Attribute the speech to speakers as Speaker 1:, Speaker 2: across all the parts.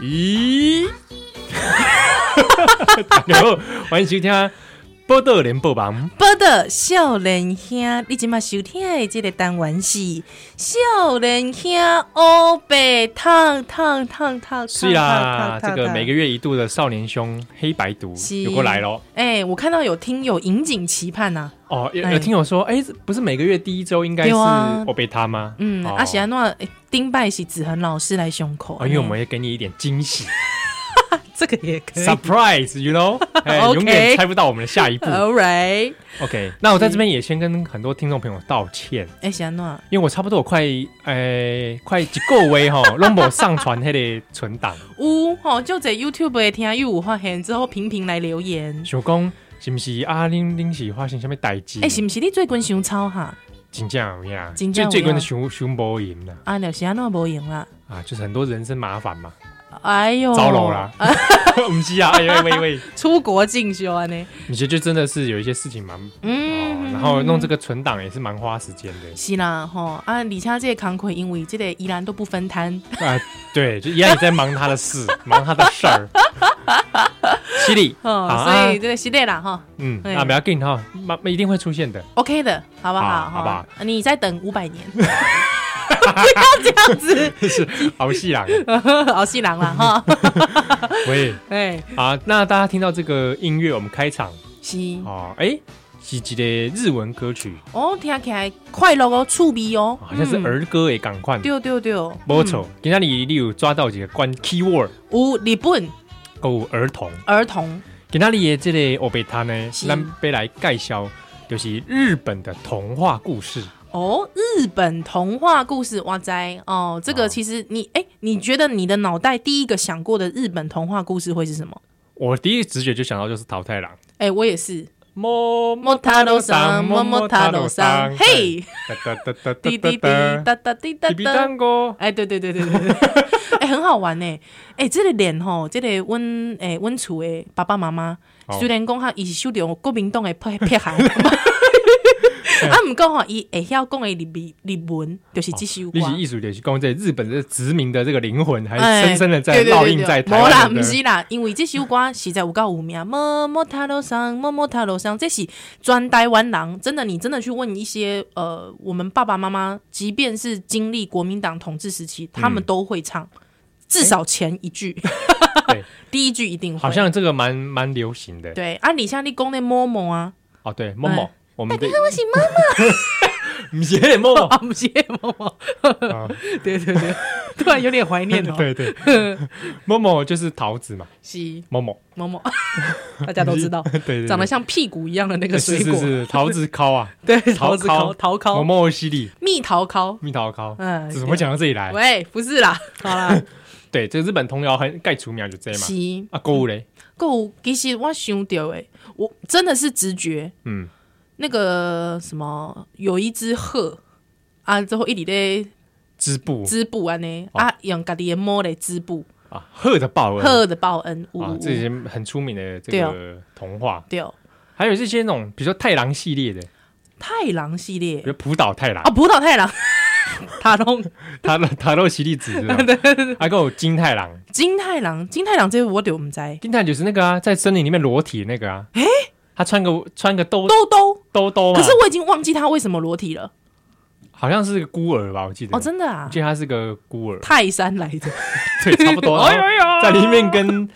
Speaker 1: 咦， 大家好，欢迎收听《报道联播网
Speaker 2: 报道少年兄，你即马收听的这个单元是少年兄乌白烫烫烫烫。》。
Speaker 1: 是啊啦，这个每个
Speaker 2: 月
Speaker 1: 月一度的少年兄黑白读
Speaker 2: 是
Speaker 1: 有过来咯。
Speaker 2: 哎、我看到有听友引颈期盼呐、
Speaker 1: 哦，有
Speaker 2: 哎
Speaker 1: 有听友说，哎，不是每个月第一周应该是
Speaker 2: 对啊
Speaker 1: 我被他吗？
Speaker 2: 嗯，
Speaker 1: 哦
Speaker 2: 阿喜安诺丁拜是子恒老师来胸口，
Speaker 1: 哦，
Speaker 2: 哎
Speaker 1: 因为我们要给你一点惊喜
Speaker 2: 这个也可以。
Speaker 1: 哦，surprise，you know，哎，
Speaker 2: OK
Speaker 1: 永远猜不到我们的下一步。
Speaker 2: All right，
Speaker 1: OK，那我在这边也先跟很多听众朋友道歉，
Speaker 2: 哎、喜安诺，
Speaker 1: 因为我差不多我快，哎，快一个月哈 l o m b o 上传那个存档。
Speaker 2: 有吼，就在 YouTube 的听友有发现之后，频频来留言。
Speaker 1: 想讲是毋是啊？恁恁是发生什么代志？
Speaker 2: 哎、是毋是你最近想操哈？
Speaker 1: 真正有影，
Speaker 2: 真
Speaker 1: 最
Speaker 2: 正有影
Speaker 1: 最近的熊熊无赢啦，
Speaker 2: 啊，就是安诺无用啦。
Speaker 1: 啊，就是很多人生麻烦嘛，
Speaker 2: 哎呦，
Speaker 1: 糟了 啦，毋是啊，哎呦喂喂喂，
Speaker 2: 出国进修啊呢。
Speaker 1: 你觉得就真的是有一些事情蛮哦，
Speaker 2: 嗯，
Speaker 1: 然后弄这个存档也是蛮花时间 的
Speaker 2: 是啦吼啊，而且这个工课因为这个依然都不分摊，
Speaker 1: 啊，对，就一样也在忙他的 事，忙他的事儿。犀利，
Speaker 2: 哦，
Speaker 1: 好
Speaker 2: 所以
Speaker 1: 啊
Speaker 2: 这个是累啦哈
Speaker 1: 嗯，
Speaker 2: 哎
Speaker 1: 啊，不要紧哈，慢一定会出现的。
Speaker 2: ，OK 的，好不
Speaker 1: 好
Speaker 2: 好？
Speaker 1: 好不好
Speaker 2: 吼？你再等五百年，不要这样子，
Speaker 1: 是好戏啦，
Speaker 2: 好戏郎啦哈，
Speaker 1: 喂
Speaker 2: 哎，
Speaker 1: 啊，那大家听到这个音乐，我们开场
Speaker 2: 是
Speaker 1: 哦，哎、是一个日文歌曲，
Speaker 2: 哦，听起来快乐哦，趣味哦，
Speaker 1: 好像是
Speaker 2: 嗯，
Speaker 1: 儿歌诶，赶快。
Speaker 2: 对对对，
Speaker 1: 没错，今天你你有抓到几个关 keyword，
Speaker 2: 有日本
Speaker 1: 有儿童。
Speaker 2: 儿童
Speaker 1: 今天你的这个欧贝塔呢，
Speaker 2: 是
Speaker 1: 咱要来介绍，就是日本的童话故事。
Speaker 2: 哦，日本童话故事，哇塞哦，这
Speaker 1: 哦
Speaker 2: 个其实你哎，你觉得你的脑袋第一个想过的日本童话故事会是什么？
Speaker 1: 我第一直觉就想到就是桃太郎。
Speaker 2: 哎，我也是。
Speaker 1: 么
Speaker 2: 莫塔罗桑，莫莫塔罗桑，嘿，
Speaker 1: 哒哒哒哒
Speaker 2: 滴
Speaker 1: 滴滴
Speaker 2: 滴滴
Speaker 1: 滴哒
Speaker 2: 哒哒滴哒
Speaker 1: 滴滴
Speaker 2: 哒，
Speaker 1: 当哥，
Speaker 2: 哎，对对对对对对，哎，很好玩呢，哎，这个脸吼，这个阮哎阮厝的爸爸妈妈
Speaker 1: 哦，
Speaker 2: 虽然讲哈，伊是受着国民党的迫迫 害，啊，毋过吼，伊会晓讲的日日日文，就是这首歌
Speaker 1: 历。史艺术也哦是讲这日本的殖民的这个灵魂，还
Speaker 2: 哎
Speaker 1: 深深的在
Speaker 2: 对对对
Speaker 1: 烙印
Speaker 2: 对
Speaker 1: 在台
Speaker 2: 无啦，
Speaker 1: 湾人
Speaker 2: 毋
Speaker 1: 的
Speaker 2: 是啦，因为这首歌实在有够有名。么么塔罗桑，么么塔罗桑，这是专台湾人。真的，你真的去问一些呃，我们爸爸妈妈，即便是经历国民党统治时期，他们都会唱，至少前一句，
Speaker 1: 对
Speaker 2: 第一句一定会。
Speaker 1: 好像这个蛮蛮流行的。
Speaker 2: 对啊，你像你讲的某某啊，
Speaker 1: 哦，对，某某
Speaker 2: 哎，
Speaker 1: 我们的
Speaker 2: 我是某
Speaker 1: 不是某某
Speaker 2: 某，啊，不是某某，
Speaker 1: 啊
Speaker 2: 对对对，突然有点怀念哦，
Speaker 1: 对对， 某某就是桃子嘛，
Speaker 2: 是
Speaker 1: 某某，
Speaker 2: 某某，大家都知道
Speaker 1: 对对，对
Speaker 2: 长得像屁股一样的那个
Speaker 1: 哎
Speaker 2: 水
Speaker 1: 是
Speaker 2: 果
Speaker 1: 是，是桃子糕啊，
Speaker 2: 对，
Speaker 1: 桃
Speaker 2: 桃子
Speaker 1: 糕某
Speaker 2: 糕， 桃糕，
Speaker 1: 某西里
Speaker 2: 蜜桃糕。
Speaker 1: 蜜桃糕，
Speaker 2: 嗯
Speaker 1: 怎么讲到这里来？
Speaker 2: 喂，不是啦， 好啦，
Speaker 1: 对，这个日本童谣很盖除苗就这嘛
Speaker 2: 是
Speaker 1: 啊，购物嘞，
Speaker 2: 够。其实我想到诶，我真的是直觉，
Speaker 1: 嗯，
Speaker 2: 那个什么，有一只鹤啊，之后一里咧
Speaker 1: 织布
Speaker 2: 织布安尼
Speaker 1: 哦
Speaker 2: 啊，用家己的毛来织布，
Speaker 1: 啊，鹤的报恩
Speaker 2: 鹤的报恩，有
Speaker 1: 啊
Speaker 2: 有，
Speaker 1: 这
Speaker 2: 有
Speaker 1: 些很出名的这
Speaker 2: 哦对啊
Speaker 1: 个童话，
Speaker 2: 对哦，
Speaker 1: 还有这些那种，比如说太郎系列的，
Speaker 2: 太郎系列
Speaker 1: 比如浦岛太郎
Speaker 2: 啊，，葡萄太郎， 塔通
Speaker 1: 塔洛塔洛西利子， 对对对，还有金太郎，
Speaker 2: 金太郎，金太郎这个我就唔知，
Speaker 1: 金太郎就是那个啊，在森林里面裸体那个啊，诶，他穿个穿个兜
Speaker 2: 兜兜，
Speaker 1: 兜兜嘛，
Speaker 2: 可是我已经忘记他为什么裸体了
Speaker 1: 好像是个孤儿吧，我记得，
Speaker 2: 哦，真的啊
Speaker 1: 我，记得他是个孤儿，
Speaker 2: 泰山来的，
Speaker 1: 对，差不多， 然后
Speaker 2: 哎呦
Speaker 1: 在里面跟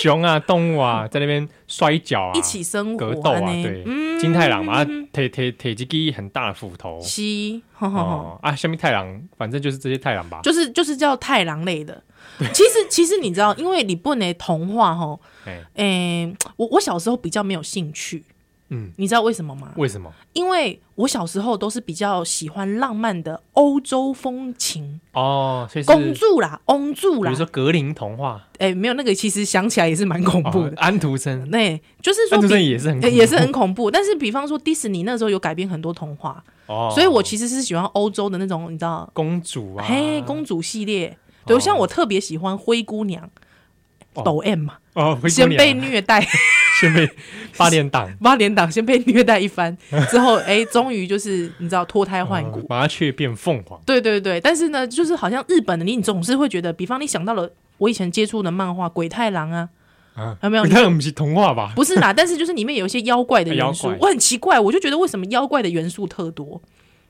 Speaker 1: 熊啊、 动物啊在那边摔跤啊，
Speaker 2: 一起生活
Speaker 1: 格斗啊，
Speaker 2: 安尼
Speaker 1: 对，
Speaker 2: 嗯
Speaker 1: 金太郎嘛，铁铁铁几支很大的斧头，
Speaker 2: 是， 吼吼吼，
Speaker 1: 哦啊，下面太郎，反正就是这些太郎吧，
Speaker 2: 就是就是叫太郎类的。其实其实你知道，因为你不能童话吼，
Speaker 1: 哎，
Speaker 2: 诶、我我小时候比较没有兴趣，
Speaker 1: 嗯，
Speaker 2: 你知道为什么吗？
Speaker 1: 为什么？
Speaker 2: 因为我小时候都是比较喜欢浪漫的欧洲风情，
Speaker 1: 哦，所以是
Speaker 2: 公主啦、翁主
Speaker 1: 比
Speaker 2: 啦
Speaker 1: 如，说格林童话，
Speaker 2: 诶、没有那个，其实想起来也是蛮恐怖
Speaker 1: 哦
Speaker 2: 的。
Speaker 1: 安徒生，
Speaker 2: 那、就是说
Speaker 1: 安徒生
Speaker 2: 比。
Speaker 1: 也是很
Speaker 2: 诶也是很恐怖，但是比方说迪士尼那时候有改编很多童话，
Speaker 1: 哦
Speaker 2: 所以我其实是喜欢欧洲的那种，你知道，
Speaker 1: 公主啊，
Speaker 2: 嘿，公主系列，对，
Speaker 1: 哦
Speaker 2: 像我特别喜欢灰姑娘，
Speaker 1: 哦
Speaker 2: 抖 M 嘛，
Speaker 1: 哦，灰姑
Speaker 2: 先
Speaker 1: 娘
Speaker 2: 被虐待，
Speaker 1: 先被八点档
Speaker 2: 八连党先被虐待 一番之后，哎，终于就是你知道脱胎换
Speaker 1: 嗯
Speaker 2: 骨。
Speaker 1: 哦麻雀变凤凰，
Speaker 2: 对对对，但是呢，就是好像日本的你，你总是会觉得，比方你想到了我以前接触的漫画《鬼太郎》啊，
Speaker 1: 啊，
Speaker 2: 有没有
Speaker 1: 你看我们是童话吧？
Speaker 2: 不是啦，但是就是里面有一些妖怪的元素
Speaker 1: 妖怪，
Speaker 2: 我很奇怪，我就觉得为什么妖怪的元素特多？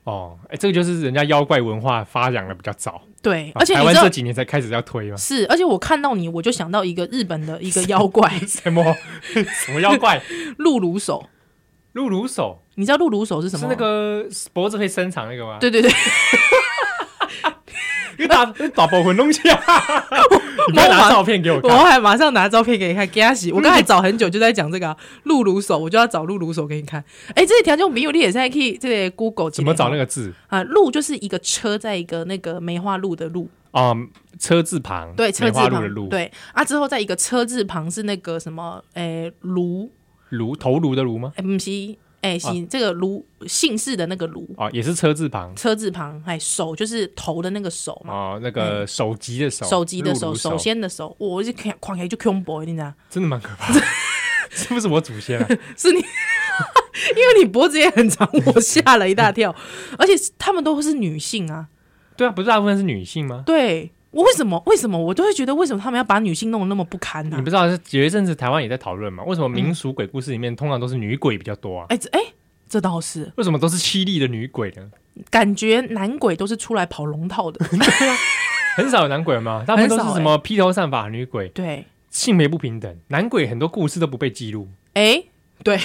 Speaker 1: 哦，哎、这个就是人家妖怪文化发扬的比较早，
Speaker 2: 对，
Speaker 1: 啊
Speaker 2: 而且
Speaker 1: 台
Speaker 2: 你
Speaker 1: 湾
Speaker 2: 知
Speaker 1: 这
Speaker 2: 道
Speaker 1: 几年才开始要推嘛。
Speaker 2: 是，而且我看到你，我就想到一个日本的一个妖 怪
Speaker 1: 什么什么妖 怪？
Speaker 2: 露乳手，
Speaker 1: 露乳手
Speaker 2: 你知道露乳手是什
Speaker 1: 是
Speaker 2: 么？
Speaker 1: 那，个脖子会伸长那个吗？，
Speaker 2: 对对对，
Speaker 1: 你打你打爆魂东 西啊！你不要拿照片给我
Speaker 2: 我
Speaker 1: 看。
Speaker 2: 还马上拿照片给你看，给 他洗。我刚才找很久就在讲这个啊露乳手，我就要找露乳手给你看。哎、这条就没有，你也在可以这个 Google
Speaker 1: 怎么找那
Speaker 2: 个
Speaker 1: 个字？
Speaker 2: 啊？露就是一个车在一个那个梅花鹿的鹿，
Speaker 1: 啊，车字旁，
Speaker 2: 对，车
Speaker 1: 梅
Speaker 2: 字
Speaker 1: 花
Speaker 2: 旁
Speaker 1: 鹿的鹿，，
Speaker 2: 对啊，之后在一个车字旁是那个什么，诶、卢，
Speaker 1: 炉头颅的颅吗？
Speaker 2: 诶、不是，诶、
Speaker 1: 啊
Speaker 2: 是、这个卢姓氏的那个卢，
Speaker 1: 哦，也是车字旁。
Speaker 2: 车字旁，哎，手就是头的那个手嘛。
Speaker 1: 哦，那个手机的手，
Speaker 2: 嗯手机的
Speaker 1: 露
Speaker 2: 手，
Speaker 1: 乳
Speaker 2: 首先的手，我就看狂起来就 combo，你知道吗？
Speaker 1: 真的蛮 可怕的。是不是我祖先啊？
Speaker 2: 是你，因 为你脖子也很长，我吓了一大 跳。而且他们都是女性啊，
Speaker 1: 对啊，不是大部分是女性吗？
Speaker 2: 对我为什么？为什么我都会觉得为什么他们要把女性弄得那么不堪啊呢、
Speaker 1: 你不知道是啊有一阵子台湾也在讨论嘛？为什么民俗鬼故事里面通常都是女鬼比较多啊？
Speaker 2: 哎、这哎、这倒是，
Speaker 1: 为什么都是凄厉的女鬼呢？
Speaker 2: 感觉男鬼都是出来跑龙 套的。
Speaker 1: 啊很少有欸男鬼嘛，大部分都是什么披头散发的女鬼，
Speaker 2: 对，
Speaker 1: 性别不平等，男鬼很多故事都不被记录，
Speaker 2: 哎、对，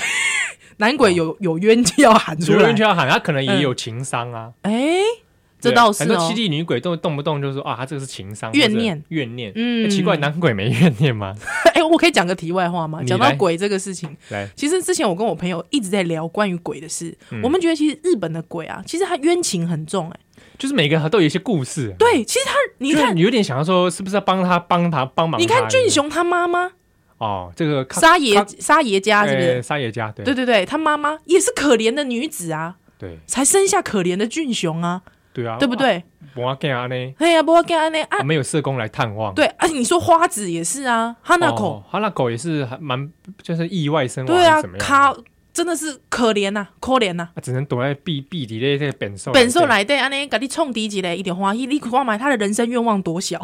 Speaker 2: 男鬼有有冤气要喊出
Speaker 1: 哦有
Speaker 2: 来
Speaker 1: 人。就要喊他可能也有情伤啊。
Speaker 2: 哎、
Speaker 1: 对啊
Speaker 2: 这倒是
Speaker 1: 很多
Speaker 2: 哦
Speaker 1: 凄。厉女鬼都动不动就说啊，她这个是情伤、
Speaker 2: 怨念
Speaker 1: 或者怨念。
Speaker 2: 嗯
Speaker 1: 欸奇怪，男鬼没怨念吗？
Speaker 2: 哎、我可以讲个题外话吗？
Speaker 1: 你
Speaker 2: 讲到
Speaker 1: 来
Speaker 2: 鬼这个事情，
Speaker 1: 来，
Speaker 2: 其实之前我跟我朋友一直在聊关于鬼的事，
Speaker 1: 嗯
Speaker 2: 我们觉得其实日本的鬼啊，其实他冤情很重、哎，
Speaker 1: 就是每个都有一些故事。
Speaker 2: 对，其实他你
Speaker 1: 就是
Speaker 2: 看，
Speaker 1: 你有点想要说，是不是要帮他、帮他、帮忙他？
Speaker 2: 你看俊
Speaker 1: 对不对
Speaker 2: 雄他妈妈
Speaker 1: 哦，这个看
Speaker 2: 沙爷
Speaker 1: 康
Speaker 2: 沙爷家是不
Speaker 1: 呃
Speaker 2: 是？
Speaker 1: 沙野家，对
Speaker 2: 对
Speaker 1: 对
Speaker 2: 对对，他妈妈也是可怜的女子啊，
Speaker 1: 对
Speaker 2: 才生下可怜的俊雄啊，
Speaker 1: 对啊，嗯
Speaker 2: 对不？对？
Speaker 1: 我干啊呢？
Speaker 2: 哎呀，不要跟安内啊
Speaker 1: 我，们有社工来探望。
Speaker 2: 对，而且你说花子也是啊，哈娜口
Speaker 1: 哦，哈那狗也是还蛮就是意外身亡，
Speaker 2: 对啊
Speaker 1: 怎么，样？
Speaker 2: 卡真的是可怜呐、可怜呐、
Speaker 1: 啊只能躲在壁壁底的这个本兽
Speaker 2: 本兽来对安尼给你冲敌几嘞，一点花一你花买他的人生愿望多小，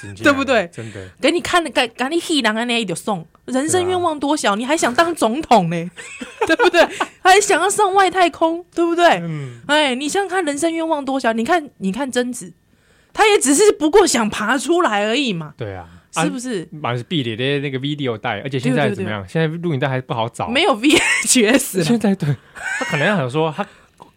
Speaker 1: 真的
Speaker 2: 对不对
Speaker 1: 啊真的，
Speaker 2: 给你看的给给你黑人安尼一点送，人生愿望多小，你还想当总统呢，
Speaker 1: 啊
Speaker 2: 对不对？还想要上外太空，对不对？
Speaker 1: 嗯，
Speaker 2: 哎，你想想看，人生愿望多小？你看，你看贞子，她也只是不过想爬出来而已嘛，
Speaker 1: 对啊，
Speaker 2: 是
Speaker 1: 啊
Speaker 2: 不是？
Speaker 1: 把壁里的那个 video 带，而且现在
Speaker 2: 对对对
Speaker 1: 怎么样？现在录影带还不好找，
Speaker 2: 没有 VHS，
Speaker 1: 现在 对他可能想说他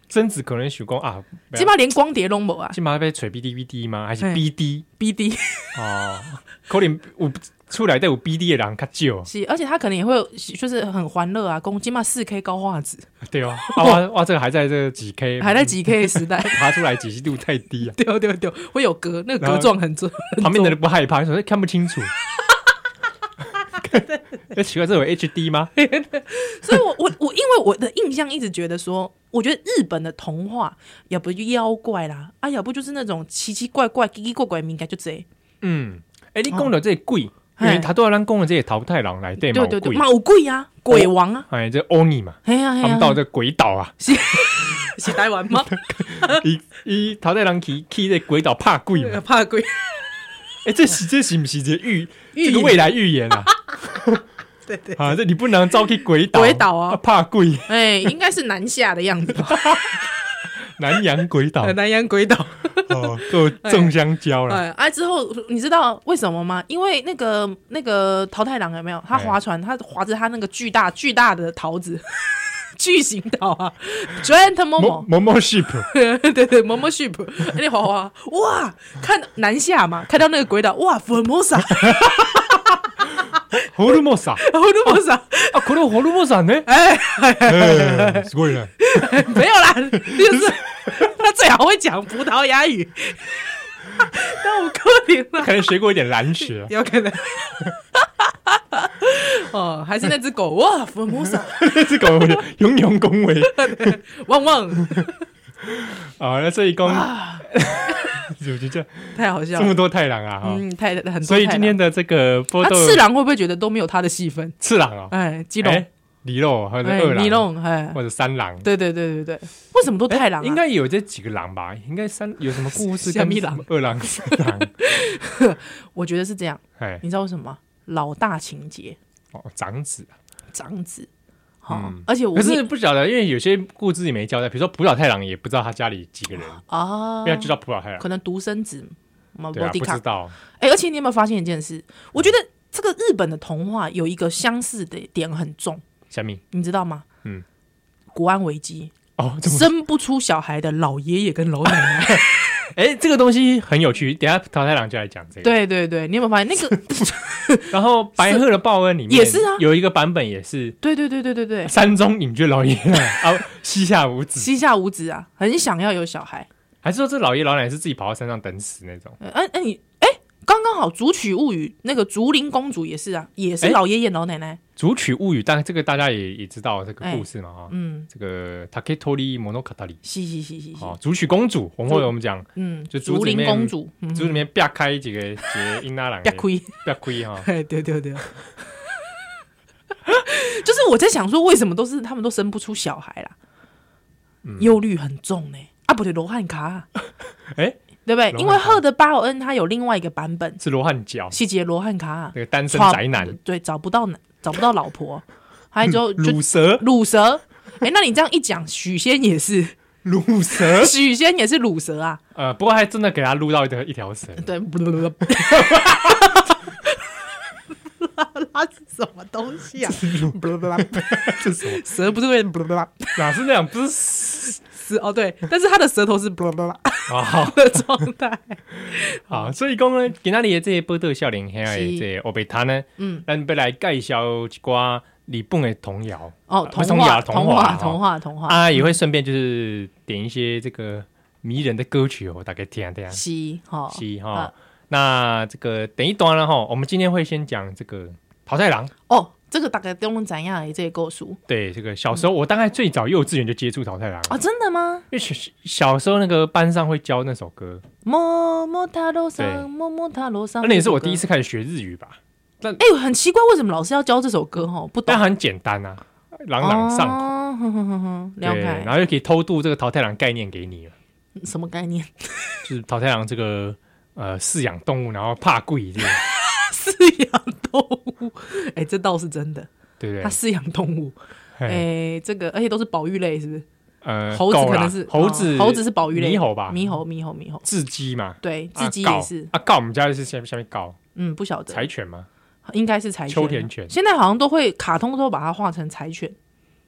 Speaker 1: 贞子可能许光啊，
Speaker 2: 起码连光碟都没有啊
Speaker 1: 起码被锤 B D V D 吗？还是
Speaker 2: 嘿
Speaker 1: B D
Speaker 2: ，BD
Speaker 1: 哦？可能有出来带有 B D 的人较少，
Speaker 2: 是，而且他可能也会有就是很欢乐啊，公起码四 K 高画质，
Speaker 1: 对 哦，啊哇哇，这个还在这个几 K，，
Speaker 2: 还在几 K 的时代
Speaker 1: 爬出来解析度太低啊，
Speaker 2: 丢丢丢，会有格，那个
Speaker 1: 然后
Speaker 2: 格状很重，
Speaker 1: 旁边的人不害怕，说哎看不清 楚。哎，奇怪，这有 HD 吗？
Speaker 2: 所以我我我因为我的印象一直觉得说，我觉得日本的童话要不就妖怪啦，啊要不就是那种奇奇怪怪、奇奇怪怪的敏感就这，
Speaker 1: 嗯，哎，你讲到这个鬼，因
Speaker 2: 嘿
Speaker 1: 为他都要让讲的这些桃太郎来对嘛，
Speaker 2: 哦哎对
Speaker 1: 有
Speaker 2: 对对，
Speaker 1: 鬼，
Speaker 2: 嘛有鬼啊，鬼王啊，
Speaker 1: 哎，这欧尼嘛，
Speaker 2: 哎呀哎
Speaker 1: 他
Speaker 2: 呀
Speaker 1: 们，到 这鬼岛啊，
Speaker 2: 是台湾 吗？
Speaker 1: 伊伊桃太郎去去这鬼岛怕鬼嘛，
Speaker 2: 怕鬼，
Speaker 1: 哎，这是这是不是这预
Speaker 2: 预
Speaker 1: 这个
Speaker 2: 言
Speaker 1: 未来预言 啊？
Speaker 2: 对对。
Speaker 1: 啊，这你不能招去鬼岛，
Speaker 2: 鬼岛啊
Speaker 1: 怕鬼，
Speaker 2: 哎，应该是南下的样子吧，
Speaker 1: 南洋鬼岛
Speaker 2: 南洋鬼岛。
Speaker 1: 哦，够种香蕉了，
Speaker 2: 哎，啊，之后你知道为什么吗？因为那个那个桃太郎有没有？他
Speaker 1: 哎
Speaker 2: 划船，他划着他那个巨大巨大的桃子， 巨型岛啊，Giant
Speaker 1: 某
Speaker 2: Momo，
Speaker 1: 某某 ship。
Speaker 2: 对对，Momo Ship，哎那滑滑，哇，看南下嘛，看到那个鬼岛，哇，Formosa，
Speaker 1: ホルモサ。
Speaker 2: Formosa，
Speaker 1: あ、これホルモサね。
Speaker 2: 哎，
Speaker 1: ええすごい ね。
Speaker 2: 没有啦，就是 他最好会讲葡萄牙语， 那我可怜了。
Speaker 1: 可能学过一点蓝学。啊
Speaker 2: 有可能。 哦，还是那只狗哇，福尔摩萨，
Speaker 1: 这只狗永永恭 维
Speaker 2: 汪汪，
Speaker 1: 啊，那所以公， 我觉得
Speaker 2: 太好笑
Speaker 1: 这么
Speaker 2: 了。
Speaker 1: 多太郎啊哈。
Speaker 2: 嗯，太很多
Speaker 1: 所以
Speaker 2: 太
Speaker 1: 今
Speaker 2: 郎
Speaker 1: 天的这个波
Speaker 2: 啊，
Speaker 1: 豆
Speaker 2: 次郎会不会觉得都没有他的戏份？
Speaker 1: 次郎啊，
Speaker 2: 哎，基隆
Speaker 1: 哎狸肉或者
Speaker 2: 哎，
Speaker 1: 二
Speaker 2: 尼
Speaker 1: 郎
Speaker 2: 龙，哎，
Speaker 1: 或者三郎，
Speaker 2: 对对对对对，为什么都太郎啊？
Speaker 1: 哎应该有这几个狼吧？应该三有什么故事
Speaker 2: 虾
Speaker 1: 跟
Speaker 2: 米
Speaker 1: 什
Speaker 2: 郎
Speaker 1: 么二郎、三郎？
Speaker 2: 我觉得是这样，
Speaker 1: 哎，
Speaker 2: 你知道为什么吗？老大情节，
Speaker 1: 哦，长子。
Speaker 2: 长子，好、
Speaker 1: 嗯
Speaker 2: 而且我
Speaker 1: 可是不晓得，因为有些故事里没交代，比如说浦岛太郎也不知道他家里几个人，
Speaker 2: 啊
Speaker 1: 因为，他知道浦岛太郎，
Speaker 2: 可能独生子嘛，
Speaker 1: 对啊，
Speaker 2: 迪
Speaker 1: 不
Speaker 2: 卡
Speaker 1: 知，道，
Speaker 2: 哎、而且你有没有发现一件事？我觉得这个日本的童话有一个相似的点很重，
Speaker 1: 虾米
Speaker 2: 你知道吗？
Speaker 1: 嗯，
Speaker 2: 国安危机
Speaker 1: 哦，这么
Speaker 2: 生不出小孩的老爷爷跟老奶 奶，
Speaker 1: 哎，这个东西很有趣，等一下浦岛太郎就来讲这个。
Speaker 2: 对对对，你有没有发现那个？
Speaker 1: 然后白鹤的报恩里面
Speaker 2: 也是啊
Speaker 1: 有一个版本也是
Speaker 2: 对对对对对对，
Speaker 1: 山中隐居老爷奶奶啊，膝下无子，
Speaker 2: 膝下无子啊，很想要有小孩。
Speaker 1: 还是说这老爷老奶奶是自己跑到山上等死那种？
Speaker 2: 呃哎、哎你哎，刚、刚好《竹取物语》那个竹林公主也是啊，也是
Speaker 1: 哎
Speaker 2: 老爷爷老奶奶。
Speaker 1: 《竹取物语》，但这个大家也也知道这个
Speaker 2: 哎
Speaker 1: 故事嘛啊，
Speaker 2: 嗯，
Speaker 1: 这个 Taketori Monogatari
Speaker 2: 嘻嘻嘻嘻嘻，
Speaker 1: 哦，竹取公主，我们
Speaker 2: 嗯竹
Speaker 1: 会我们讲
Speaker 2: 嗯，
Speaker 1: 就竹
Speaker 2: 竹
Speaker 1: 子里
Speaker 2: 林
Speaker 1: 面
Speaker 2: 公主，嗯，
Speaker 1: 竹里面啪开几个几个英拉郎
Speaker 2: 不
Speaker 1: 的，
Speaker 2: 要亏。
Speaker 1: 啪开哈，
Speaker 2: 哎，对对对， 就是我在想说，为什么都是他们都生不出小孩啦？
Speaker 1: 嗯
Speaker 2: 忧虑很重呢、啊，不对，罗汉卡啊，
Speaker 1: 哎
Speaker 2: 对不
Speaker 1: 罗汉
Speaker 2: 对？
Speaker 1: 卡
Speaker 2: 因为赫德巴尔恩他有另外一个版本，
Speaker 1: 是罗汉脚，
Speaker 2: 细节罗汉卡啊
Speaker 1: 那个单身
Speaker 2: 闯
Speaker 1: 宅男，
Speaker 2: 对，找不到男，找不到老婆，还 有就就
Speaker 1: 乳蛇，
Speaker 2: 乳蛇。哎，那你这样一讲，许仙 也是，，
Speaker 1: 乳蛇
Speaker 2: 许仙也是乳蛇啊，
Speaker 1: 呃，不过还真的给他撸到一条一条 蛇，
Speaker 2: 对，不不不不，拉拉是什么东西啊？不不不不。
Speaker 1: 这是什么？
Speaker 2: 蛇不是会 blah blah blah
Speaker 1: 哪是那样？不 是
Speaker 2: 是哦，对，但是它的舌头是 blah blah blah
Speaker 1: 啊，好
Speaker 2: 的状态。
Speaker 1: 好，所以讲呢，今仔日的这些报道少年兄的
Speaker 2: 是
Speaker 1: 这欧贝塔呢，
Speaker 2: 嗯，
Speaker 1: 咱要来介绍一寡日本的童谣
Speaker 2: 哦，
Speaker 1: 不
Speaker 2: 童
Speaker 1: 是
Speaker 2: 话，
Speaker 1: 童
Speaker 2: 童
Speaker 1: 话
Speaker 2: 话，童话，童话。
Speaker 1: 啊，也会顺便就是点一些这个迷人的歌曲哦，大概听听。
Speaker 2: 西哈，
Speaker 1: 是哈
Speaker 2: 啊。
Speaker 1: 那这个等一段了哈，我们今天会先讲这个桃太郎。
Speaker 2: 哦，这个大概都能怎样？这个构书
Speaker 1: 对，这个小时候我大概最早幼稚园就接触桃太郎，
Speaker 2: 啊，真的吗？
Speaker 1: 因为小小时候那个班上会教那首歌，
Speaker 2: 么么塔罗
Speaker 1: 对
Speaker 2: 桑，么么塔罗桑，
Speaker 1: 那也是我第一
Speaker 2: 次。
Speaker 1: 次开始学日语吧。
Speaker 2: 哎，很奇怪，为什么老师要教这首歌？哦，不懂
Speaker 1: 但。很简单啊，朗朗上口。
Speaker 2: 口，哼哼哼哼哦了
Speaker 1: 对，
Speaker 2: 解
Speaker 1: 然。后就可以偷渡这个桃太郎概念给你了，
Speaker 2: 什么概念？
Speaker 1: 就是桃太郎这个呃饲养动物，然后怕贵这样，
Speaker 2: 饲养动物，哎，这倒是真的。
Speaker 1: 对不
Speaker 2: 它
Speaker 1: 对？
Speaker 2: 饲养动物，
Speaker 1: 嘿
Speaker 2: 哎，这个而且都是保育类，是不是？
Speaker 1: 呃，
Speaker 2: 猴子
Speaker 1: 狗啦
Speaker 2: 可能是
Speaker 1: 猴子，
Speaker 2: 哦猴子是保育类，
Speaker 1: 猕猴吧，
Speaker 2: 猕猴，猕猴，猕猴，
Speaker 1: 雉鸡嘛，
Speaker 2: 对，
Speaker 1: 啊
Speaker 2: 自己
Speaker 1: 狗
Speaker 2: 也是，
Speaker 1: 啊，告我们家就是下下面告
Speaker 2: 嗯，不晓得
Speaker 1: 柴犬嘛，
Speaker 2: 应该是柴犬，啊
Speaker 1: 秋田犬
Speaker 2: 现在好像都会卡通都把它画成柴犬，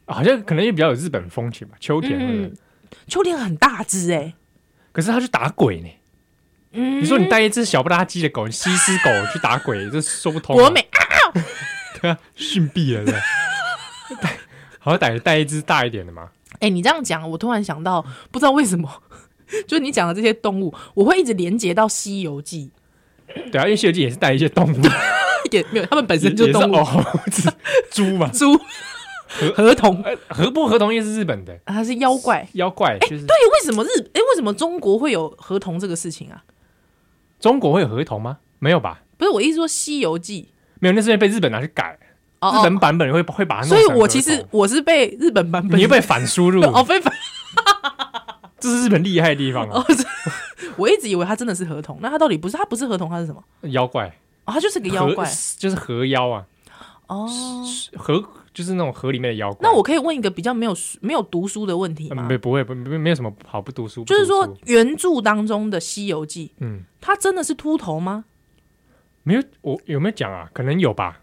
Speaker 1: 啊好像可能也比较有日本风情吧，秋田。对不
Speaker 2: 嗯
Speaker 1: 对，
Speaker 2: 秋田很大只哎、
Speaker 1: 可是他去打鬼呢，
Speaker 2: 嗯，
Speaker 1: 你说你带一只小不拉几的狗，西施狗去打鬼，这说不通啊。
Speaker 2: 国美啊
Speaker 1: 对啊，逊毙了对不对。 好歹带一只大一点的嘛，
Speaker 2: 哎、你这样讲，我突然想到，不知道为什么， 就你讲的这些动物，我会一直连接到《西游记
Speaker 1: 对啊，因为《西游记》也是带一些动物，》
Speaker 2: 也没有，他们本
Speaker 1: 也
Speaker 2: 身
Speaker 1: 也
Speaker 2: 就是动物，
Speaker 1: 哦，猴子、猪嘛，
Speaker 2: 猪 合同，
Speaker 1: 呃，合不合同也是日本的
Speaker 2: 啊它是妖怪。
Speaker 1: 妖怪，就是
Speaker 2: 对，为什么日？哎、为什么中国会有合同这个事情啊？
Speaker 1: 中国会有合同吗？没有吧？
Speaker 2: 不是我意思说《西游记
Speaker 1: 没有，那是因为被日本拿去改，》
Speaker 2: 哦
Speaker 1: 日本
Speaker 2: 哦，
Speaker 1: 版本会会把它弄
Speaker 2: 所
Speaker 1: 成合
Speaker 2: 以
Speaker 1: 同。
Speaker 2: 我其实我是被日本版本
Speaker 1: 你又被反输入，
Speaker 2: 哦被反
Speaker 1: 这是日本厉害的地方啊
Speaker 2: 哦！，这我一直以为它真的是合同，那它到底不是？它不是合同，它是什么？
Speaker 1: 妖怪，
Speaker 2: 哦，它就是个妖怪
Speaker 1: 合就是河妖啊，
Speaker 2: 哦。
Speaker 1: 河就是那种河里面的妖怪。
Speaker 2: 那我可以问一个比较没有书没有读书的问题
Speaker 1: 呃
Speaker 2: 吗？
Speaker 1: 没不会不没没有什么好不读书，不
Speaker 2: 就是
Speaker 1: 读
Speaker 2: 说
Speaker 1: 书，
Speaker 2: 原著当中的《西游记》，
Speaker 1: 嗯，
Speaker 2: 它真的是秃头吗？
Speaker 1: 没有我有没有讲啊？可能有吧，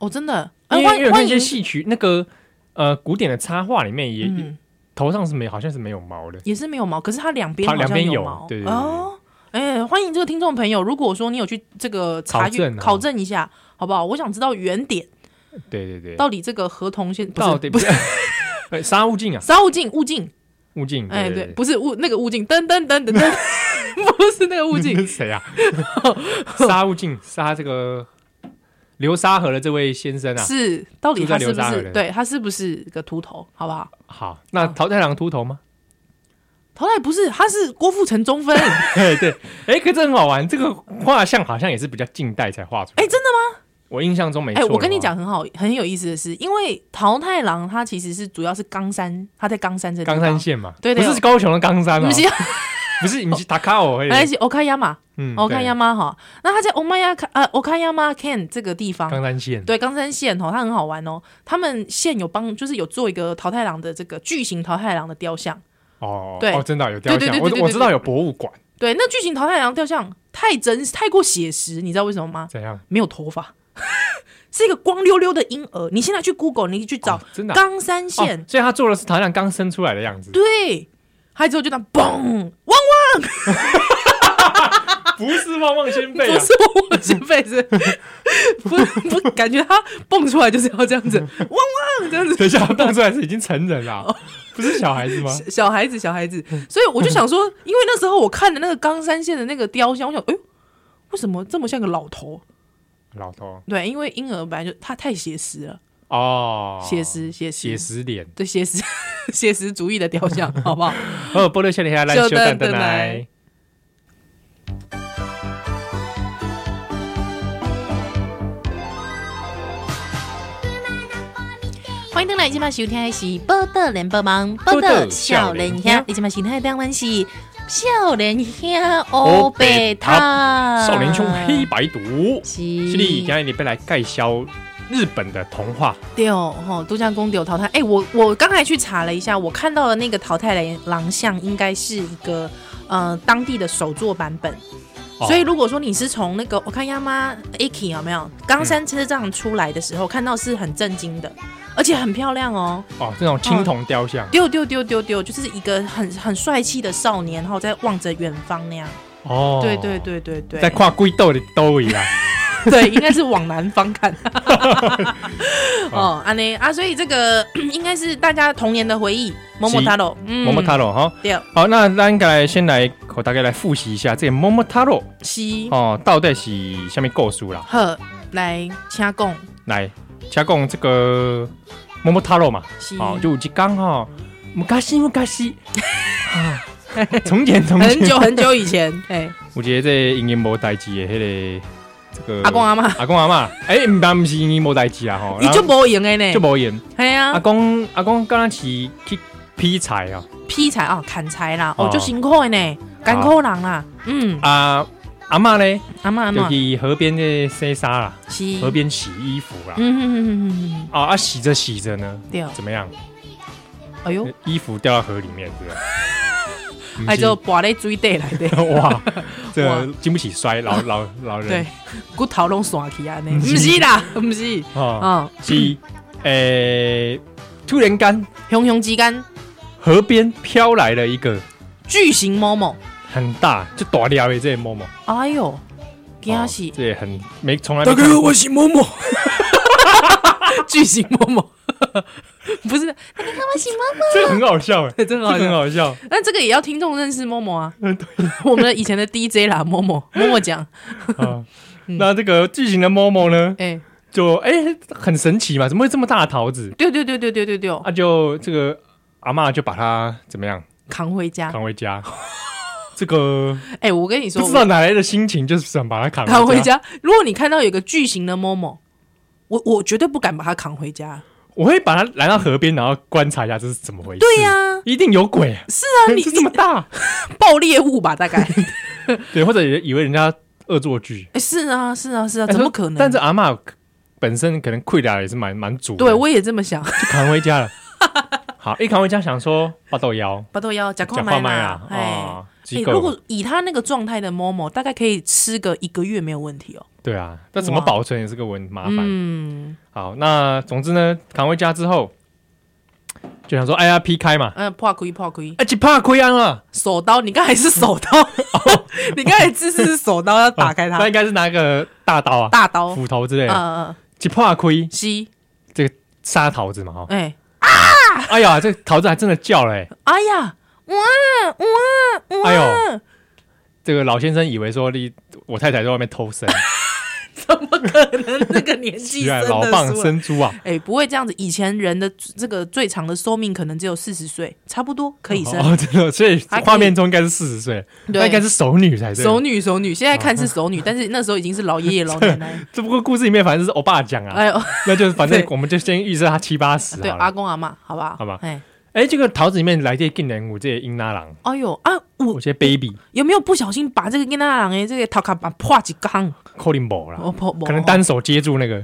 Speaker 2: 哦，真的。
Speaker 1: 因
Speaker 2: 哎，
Speaker 1: 为
Speaker 2: 欢
Speaker 1: 因为有
Speaker 2: 欢
Speaker 1: 看一
Speaker 2: 迎
Speaker 1: 些，戏曲那个呃古典的插画里面也
Speaker 2: 嗯，
Speaker 1: 头上是没好像是没有毛的，
Speaker 2: 也是没有毛，可是它两边
Speaker 1: 它
Speaker 2: 好像
Speaker 1: 两边有
Speaker 2: 有毛
Speaker 1: 对对对
Speaker 2: 哦。哎，欢迎这个听众朋友，如果说你有去这个查
Speaker 1: 考证
Speaker 2: 阅
Speaker 1: 啊
Speaker 2: 考证一下，好不好？我想知道原点
Speaker 1: 对对对，
Speaker 2: 到底这个合同现不是
Speaker 1: 到底
Speaker 2: 不是
Speaker 1: 是呃 杀物镜啊，
Speaker 2: 啥物镜物镜，
Speaker 1: 物镜，
Speaker 2: 哎，
Speaker 1: 嗯对
Speaker 2: 对，，不是物那个物镜，噔噔噔噔噔， 不是那个物
Speaker 1: 物
Speaker 2: 镜，
Speaker 1: 镜谁啊？杀物镜杀这个流沙河的这位先生啊，
Speaker 2: 是到底
Speaker 1: 住在
Speaker 2: 他是
Speaker 1: 流
Speaker 2: 不
Speaker 1: 沙河的
Speaker 2: 是对他是不是个秃头，好不好？
Speaker 1: 好，那桃太郎秃头 吗？
Speaker 2: 头来不是，他是郭富城中分，哎，
Speaker 1: 对对，哎，可这很好玩，这个画像好像也是比较近代才画出来，
Speaker 2: 真的吗？
Speaker 1: 我印象中 没
Speaker 2: 哎、
Speaker 1: 错。
Speaker 2: 我跟你，讲很好很有意思的是，因为桃太郎他其实是主要是冈山，他在冈山这地方
Speaker 1: 冈山县嘛，
Speaker 2: 对对
Speaker 1: 不是高雄的冈山
Speaker 2: 不
Speaker 1: 啊，
Speaker 2: 是， 哦
Speaker 1: 不是，你是塔卡 尔，
Speaker 2: 而是 Okayama
Speaker 1: 嗯，对
Speaker 2: Okayama 哈，那他在 Omaya 呃 Okayama Ken 这个地方，
Speaker 1: 冈山县，
Speaker 2: 对冈山县哦，它很好玩哦。他们县有帮，就是有做一个桃太郎的这个巨型桃太郎的雕像。
Speaker 1: 哦，
Speaker 2: 对
Speaker 1: 哦，真的啊有雕
Speaker 2: 对对
Speaker 1: 像，
Speaker 2: 对
Speaker 1: 我
Speaker 2: 对对
Speaker 1: 我知道有博物馆，
Speaker 2: 对，那巨型桃太郎雕像太真实，太过写实，你知道为什么吗？
Speaker 1: 怎样？
Speaker 2: 没有头发， 是一个光溜溜的婴儿。你现在去 Google，你去找
Speaker 1: 哦真的啊
Speaker 2: 冈山县，
Speaker 1: 哦所以他做的是好像刚生出来的样 子，
Speaker 2: 对，还之后就当嘣，汪汪，
Speaker 1: 不是旺旺仙
Speaker 2: 不
Speaker 1: 贝啊，
Speaker 2: 是我我先辈子， 不不，感觉他蹦出来就是要这样子，汪汪这样子。
Speaker 1: 等一下，当出来是已经成人了，啊
Speaker 2: 哦
Speaker 1: 不是小孩子吗？
Speaker 2: 小孩子，小孩子，
Speaker 1: 嗯
Speaker 2: 所以我就想说， 因为那时候我看的那个冈山县的那个雕像，我想，哎呦，为什么这么像个老头？
Speaker 1: 老头
Speaker 2: 对，因为婴儿本来就他太写实了，
Speaker 1: 哦，
Speaker 2: 写实，写实，
Speaker 1: 写实脸，
Speaker 2: 对，写实， 写实主义的雕 像，好不好？
Speaker 1: 哦，波多笑脸下来
Speaker 2: 就
Speaker 1: 秀蛋
Speaker 2: 等
Speaker 1: 蛋来
Speaker 2: 等来。欢迎登来，今晚收听的是《报道联播网》，报道少年兄，你今晚收听的当然是少年兄欧哦贝塔，
Speaker 1: 哦少年兄黑白读，
Speaker 2: 啊是
Speaker 1: 是你今天你被来介绍日本的童话，
Speaker 2: 对哦，吼度假宫有淘汰。哎、我我刚才去查了一下，我看到的那个淘汰狼狼像应该是一个呃当地的手作版本。
Speaker 1: 哦
Speaker 2: 所以如果说你是从那个我看亚妈 Aki 有没有冈山车站出来的
Speaker 1: 嗯
Speaker 2: 时候，看到是很震惊的，而且很漂亮哦。
Speaker 1: 哦，这种青铜雕像，
Speaker 2: 丢丢丢丢丢，就是一个很很帅气的少年，然后在望着远方那样。
Speaker 1: 哦，
Speaker 2: 对对，对对对，
Speaker 1: 在跨龟斗的兜一样，
Speaker 2: 对，应该是往南方看。哦，安内啊，所以这个应该是大家童年的回忆。某某塔罗，嗯
Speaker 1: 摸摸塔罗哈。
Speaker 2: 对，
Speaker 1: 好，那咱该来先来，我大概来复习一下这摸摸塔罗
Speaker 2: 西
Speaker 1: 哦，到底是下面构事啦？
Speaker 2: 呵来请讲
Speaker 1: 来，加讲这个摸摸塔罗嘛，
Speaker 2: 西，
Speaker 1: 哦，就有一天哈，昔 昔啊，从前从前
Speaker 2: 很，久很久以前，哎，
Speaker 1: 有一个这英年无代志的迄个这个
Speaker 2: 阿公阿妈，
Speaker 1: 阿公阿嬷，哎，唔但不是英年无代志啊吼，
Speaker 2: 你就无用的呢
Speaker 1: 就，无闲，
Speaker 2: 哎
Speaker 1: 阿
Speaker 2: 呀，
Speaker 1: 公阿公刚刚是去劈柴啊，
Speaker 2: 劈柴啊，砍柴啦，
Speaker 1: 哦
Speaker 2: 哦，就辛苦的呢，艰苦人啦，嗯，
Speaker 1: 啊阿嬷呢，
Speaker 2: 阿妈阿
Speaker 1: 就
Speaker 2: 妈，
Speaker 1: 去河边这洗衫啦，
Speaker 2: 西，
Speaker 1: 河
Speaker 2: 嗯
Speaker 1: 边洗衣服啦，
Speaker 2: 嗯嗯嗯嗯，
Speaker 1: 啊啊洗着洗着呢，
Speaker 2: 对，
Speaker 1: 怎么样？
Speaker 2: 哎呦，
Speaker 1: 衣服掉到河里面，对吧？
Speaker 2: 哎就跋咧水底来的，
Speaker 1: 哇，这
Speaker 2: 哇
Speaker 1: 个经不起摔， 老老老人
Speaker 2: 对，骨头拢散去安尼，唔是啦，唔是，
Speaker 1: 啊，
Speaker 2: 嗯，
Speaker 1: 是诶，突然间
Speaker 2: 熊熊之间
Speaker 1: 河边飘来了一个
Speaker 2: 巨型某某，
Speaker 1: 很大就大料的这个某某，
Speaker 2: 哎呦，惊
Speaker 1: 哦
Speaker 2: 死！
Speaker 1: 这也很没从来没看过
Speaker 2: 我是 某某，巨型某某， 不是，大哥我是某
Speaker 1: 这个很好笑哎，
Speaker 2: 某， 真
Speaker 1: 这
Speaker 2: 的
Speaker 1: 个
Speaker 2: 好
Speaker 1: 很
Speaker 2: 笑。
Speaker 1: 好笑，
Speaker 2: 但这个也要听众认识某某 啊，我们的以前的 DJ 啦，某某某某讲，
Speaker 1: 啊。
Speaker 2: 嗯
Speaker 1: 那这个巨型的某某呢，
Speaker 2: 哎，
Speaker 1: 就哎、很神奇嘛，怎么会这么大的桃子？
Speaker 2: 对对对对对对对，
Speaker 1: 啊，就这个阿嬷就把它怎么样
Speaker 2: 扛回家。
Speaker 1: 扛回 家。这个
Speaker 2: 哎，我跟你说
Speaker 1: 不，知道哪来的心情，就是想把它扛
Speaker 2: 扛回
Speaker 1: 家。
Speaker 2: 家。如果你看到有个巨型的某某，我我绝对不敢把它扛回家。
Speaker 1: 我会把它来到河边，然后观察一下这是怎么回事。
Speaker 2: 对、呀，
Speaker 1: 一定有鬼，
Speaker 2: 是啊， 你
Speaker 1: 这这么
Speaker 2: 你
Speaker 1: 大，
Speaker 2: 爆裂物吧，大 概。
Speaker 1: 对，或者以为人家恶作剧，
Speaker 2: 哎，是啊，是啊，是啊，怎么可能？
Speaker 1: 但是阿嬷本身可能溃了也是蛮蛮足的，
Speaker 2: 对我也这么想。
Speaker 1: 就扛回 家了。好，一扛回家想说八豆腰，
Speaker 2: 巴豆腰，假矿
Speaker 1: 讲话
Speaker 2: 麦
Speaker 1: 麦
Speaker 2: 啦
Speaker 1: 啊，，
Speaker 2: 哎。
Speaker 1: 哦，
Speaker 2: 哎
Speaker 1: 机
Speaker 2: 如
Speaker 1: 构
Speaker 2: 果以他那个状态的 Momo，大概可以吃个一个月没有问题哦。
Speaker 1: 对啊，那怎么
Speaker 2: 哇
Speaker 1: 保存也是个问麻烦。
Speaker 2: 嗯，
Speaker 1: 好，那总之呢，扛回家之后就想说，哎呀，劈开嘛，
Speaker 2: 呃，破亏破亏，
Speaker 1: 哎，就怕亏安了，
Speaker 2: 手刀，你刚才是手刀， 你刚才姿势是手刀，要打开
Speaker 1: 哦那
Speaker 2: 它，
Speaker 1: 应该是拿个大刀啊、
Speaker 2: 大刀，
Speaker 1: 斧头之类
Speaker 2: 嗯
Speaker 1: 的，
Speaker 2: 嗯，
Speaker 1: 就怕亏
Speaker 2: 吸，
Speaker 1: 杀桃子嘛，哈。
Speaker 2: 哎，
Speaker 1: 哎呀，这桃子还真的叫了，哎
Speaker 2: 哎呀，哇哇
Speaker 1: 哎
Speaker 2: 哇，
Speaker 1: 呦，这个老先生以为说你我太太在外面偷生，
Speaker 2: 怎么可能那个年 纪
Speaker 1: 居然
Speaker 2: 生
Speaker 1: 老
Speaker 2: 的
Speaker 1: 蚌
Speaker 2: 出来？
Speaker 1: 生珠啊！
Speaker 2: 哎、不会这样子。以前人的这个最长的寿命可能只有四十岁，差不多可以生。
Speaker 1: 哦，真的，所以
Speaker 2: 还可以
Speaker 1: 画面中应该是四十岁，
Speaker 2: 对
Speaker 1: 那应该是熟女才对。
Speaker 2: 熟女，熟女，现在看 是熟女，但是那时候已经是老爷爷、老奶奶。
Speaker 1: 只不过故事里面反正是欧巴讲 啊，
Speaker 2: 哎呦，
Speaker 1: 那就是反正
Speaker 2: 对
Speaker 1: 我们就先预测他七八十
Speaker 2: 对，
Speaker 1: 好了
Speaker 2: 阿。公阿妈，好不好？
Speaker 1: 好吧
Speaker 2: 哎，
Speaker 1: 哎，这个桃子里面来这近人物，这些英拉郎，
Speaker 2: 哎呦啊，
Speaker 1: 有
Speaker 2: 我
Speaker 1: 些 baby
Speaker 2: 有没有不小心把这个跟那人哎的这个头壳把破几缸？
Speaker 1: calling ball 啦，
Speaker 2: 我破，
Speaker 1: 可能单手接住那 个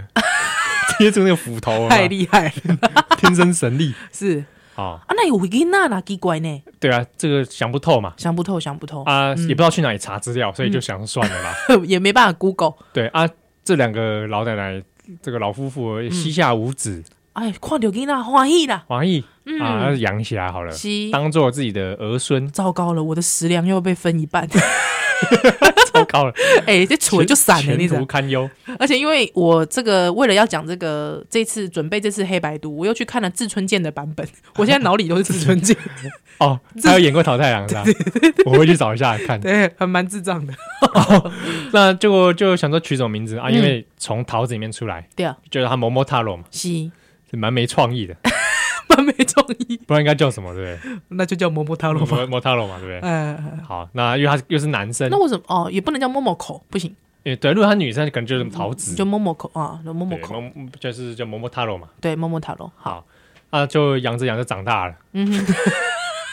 Speaker 1: 接住那个斧头，啊
Speaker 2: 太厉害了，
Speaker 1: 天生神力
Speaker 2: 是
Speaker 1: 啊！
Speaker 2: 啊，那有囡仔啦，奇怪呢，
Speaker 1: 对啊，这个想不透嘛
Speaker 2: 想不透，想不透，
Speaker 1: 啊，也不知道去哪里查资料，所以就
Speaker 2: 嗯
Speaker 1: 想说算了啦。
Speaker 2: 也没办法 Google。
Speaker 1: 对啊，这两个老奶奶，这个老夫妇膝下无子，
Speaker 2: 哎，看到囡仔欢喜啦，
Speaker 1: 王毅啊，
Speaker 2: 嗯，
Speaker 1: 养起来好了，
Speaker 2: 是。，
Speaker 1: 当做自己的儿孙
Speaker 2: 糟糕了，我的食粮又被分一半，
Speaker 1: 糟糕了，
Speaker 2: 哎、 这蠢就散了，
Speaker 1: 前
Speaker 2: 你知道
Speaker 1: 途堪忧。
Speaker 2: 而且因为我这个为了要讲这个这次准备这次黑白读，我又去看了志村健的版本，我现在脑里都是志村健，
Speaker 1: 哦，他有演过《桃太郎》是吧？我会去找一下看。
Speaker 2: 对，还蛮智障的。
Speaker 1: 那就就想说取什么名字啊？
Speaker 2: 嗯
Speaker 1: 因为从桃子里面出来，
Speaker 2: 对啊，
Speaker 1: 就是他某某塔罗嘛，
Speaker 2: 是
Speaker 1: 是蛮没创意的，
Speaker 2: 蛮没创意，
Speaker 1: 不然应该叫什么对不对？
Speaker 2: 那就叫摸摸他了 吧。
Speaker 1: 某某塔罗嘛，对不对？
Speaker 2: 呃，
Speaker 1: 好，那因为他又是男生
Speaker 2: 那，为什么哦？也不能叫摸摸口，不行，
Speaker 1: 因为对，如果他女生可能就是桃子，
Speaker 2: 就摸摸口啊，就摸摸
Speaker 1: 对
Speaker 2: 口，
Speaker 1: 某就是叫某某塔罗嘛。
Speaker 2: 对，摸摸塔罗。好，
Speaker 1: 好，啊，就养着养着长大了，
Speaker 2: 嗯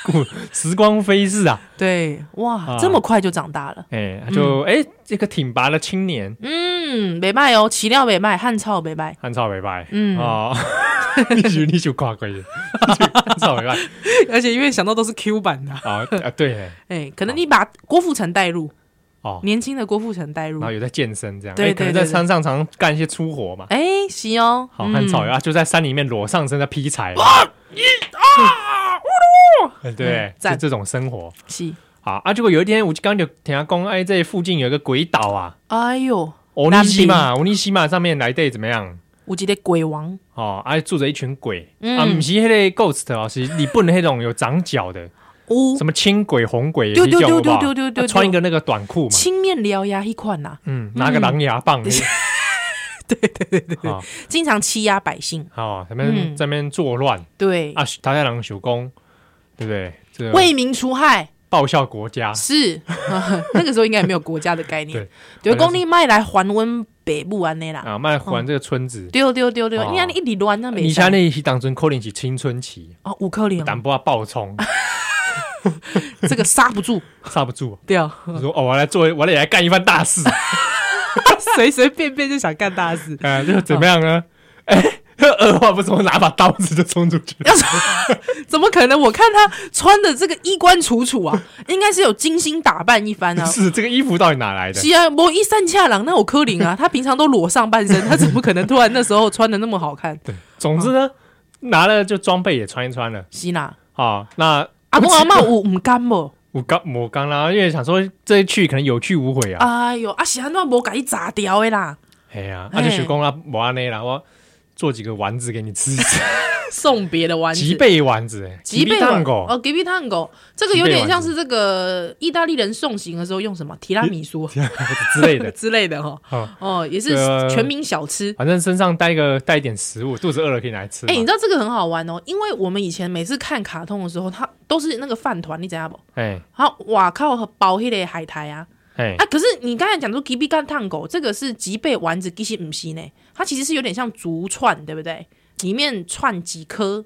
Speaker 2: 哼，
Speaker 1: 时光飞逝啊，
Speaker 2: 对，哇，这么快就长大了，
Speaker 1: 哎，就哎这个挺拔的青年，
Speaker 2: 嗯，北麦哦，奇料北麦，汉草北麦，
Speaker 1: 汉朝为拜，
Speaker 2: 嗯
Speaker 1: 哦， 你就你就夸贵了， 你就汉朝为拜，
Speaker 2: 而且因为想到都是 Q 版的，
Speaker 1: 啊啊对，哎
Speaker 2: 哎，可能你把郭富城带入，
Speaker 1: 哦，
Speaker 2: 年轻的郭富城带入
Speaker 1: 然后，有在健身这样，
Speaker 2: 对
Speaker 1: 哎可能
Speaker 2: 对
Speaker 1: 在
Speaker 2: 对
Speaker 1: 山上常干一些粗活嘛，
Speaker 2: 哎，行哦，
Speaker 1: 好
Speaker 2: 嗯
Speaker 1: 汉朝为啊，就在山里面裸上身在劈柴，嗯对
Speaker 2: 嗯，
Speaker 1: 就
Speaker 2: 赞
Speaker 1: 这种生活。
Speaker 2: 嗯是，
Speaker 1: 好啊，结果有一天，我就刚就听他讲，哎，这附近有一个鬼岛啊，
Speaker 2: 哎呦，
Speaker 1: 欧尼西嘛，欧尼西嘛上面来对怎么样？
Speaker 2: 有一个鬼王，
Speaker 1: 哦，啊，住着一群鬼、
Speaker 2: 嗯
Speaker 1: 啊，不是那个 ghost 哦，是日本的那种有长角的，
Speaker 2: 有
Speaker 1: 什么青鬼、红鬼也
Speaker 2: 对
Speaker 1: 是
Speaker 2: 对
Speaker 1: 叫好
Speaker 2: 对
Speaker 1: 不好
Speaker 2: 对对对对
Speaker 1: 啊穿一个那个短裤嘛，
Speaker 2: 青面獠牙一款啊呐、
Speaker 1: 嗯，拿个狼牙棒，对对对对对，
Speaker 2: 经常欺压百姓。
Speaker 1: 好，在那边
Speaker 2: 嗯
Speaker 1: 在那边作乱
Speaker 2: 对，
Speaker 1: 啊，桃太郎手工，对不对？啊这个
Speaker 2: 为民除害
Speaker 1: 报效国家，
Speaker 2: 是 那个时候应该也没有国家的概念，对，
Speaker 1: 好像
Speaker 2: 公力卖来还温北部安内啦。
Speaker 1: 啊，卖还这个村子。
Speaker 2: 丢丢丢丢
Speaker 1: 哦，
Speaker 2: 你看你一里乱嗯那没
Speaker 1: 以前那是当中可能是青春期，
Speaker 2: 哦，五克零，
Speaker 1: 胆不啊暴冲，
Speaker 2: 这个刹不 住，
Speaker 1: 刹不 住。
Speaker 2: 对啊，
Speaker 1: 我说哦，我来做，我来干一番大 事。，
Speaker 2: 随随便便就想干大事
Speaker 1: 啊，这个怎么样呢？哎， 二话不说，拿把刀子就冲出去。
Speaker 2: 要是怎么可能？我看他穿的这个衣冠楚楚啊，应该是有精心打扮一番 啊，
Speaker 1: 是这个衣服到底哪来的？
Speaker 2: 是啊，我一三恰郎那有柯 林啊，他平常都裸上半身，他怎么可能突然那时候穿的那么好看？
Speaker 1: 总之
Speaker 2: 哦
Speaker 1: 呢，拿了就装备也穿一穿了
Speaker 2: 是啦，
Speaker 1: 啊。那
Speaker 2: 阿公阿嬷有唔甘无？
Speaker 1: 我刚我刚啦，因为想说这一去可能有去无回啊。
Speaker 2: 哎呦，啊是安怎无甲伊炸掉的啦？
Speaker 1: 哎呀，
Speaker 2: 哎
Speaker 1: 阿就雪公啊，我安内啦，我做几个丸子给你吃，
Speaker 2: 送别的 丸
Speaker 1: 脊
Speaker 2: 子，
Speaker 1: 背丸子，
Speaker 2: 吉贝
Speaker 1: 蛋
Speaker 2: 哦，
Speaker 1: 狗，
Speaker 2: 吉贝探狗，这个有
Speaker 1: 吉贝
Speaker 2: 点
Speaker 1: 丸
Speaker 2: 像是这个意大利人送行的时候用什么 提拉米苏。
Speaker 1: 之类的
Speaker 2: 之类的哈、
Speaker 1: 哦
Speaker 2: 哦，也是
Speaker 1: 这个
Speaker 2: 全民小吃。
Speaker 1: 反正身上带一个带一点食物，肚子饿了可以拿来吃嘛。
Speaker 2: 哎、你知道这个很好玩哦，因为我们以前每次看卡通的时候，它都是那个饭团，你知道不？
Speaker 1: 哎
Speaker 2: 好，哇靠，包迄个海苔啊，
Speaker 1: 哎
Speaker 2: 啊，可是你刚才讲说吉比干烫狗，这个是吉贝丸子，其实不是呢，它其实是有点像竹串，对不对？里面串几颗，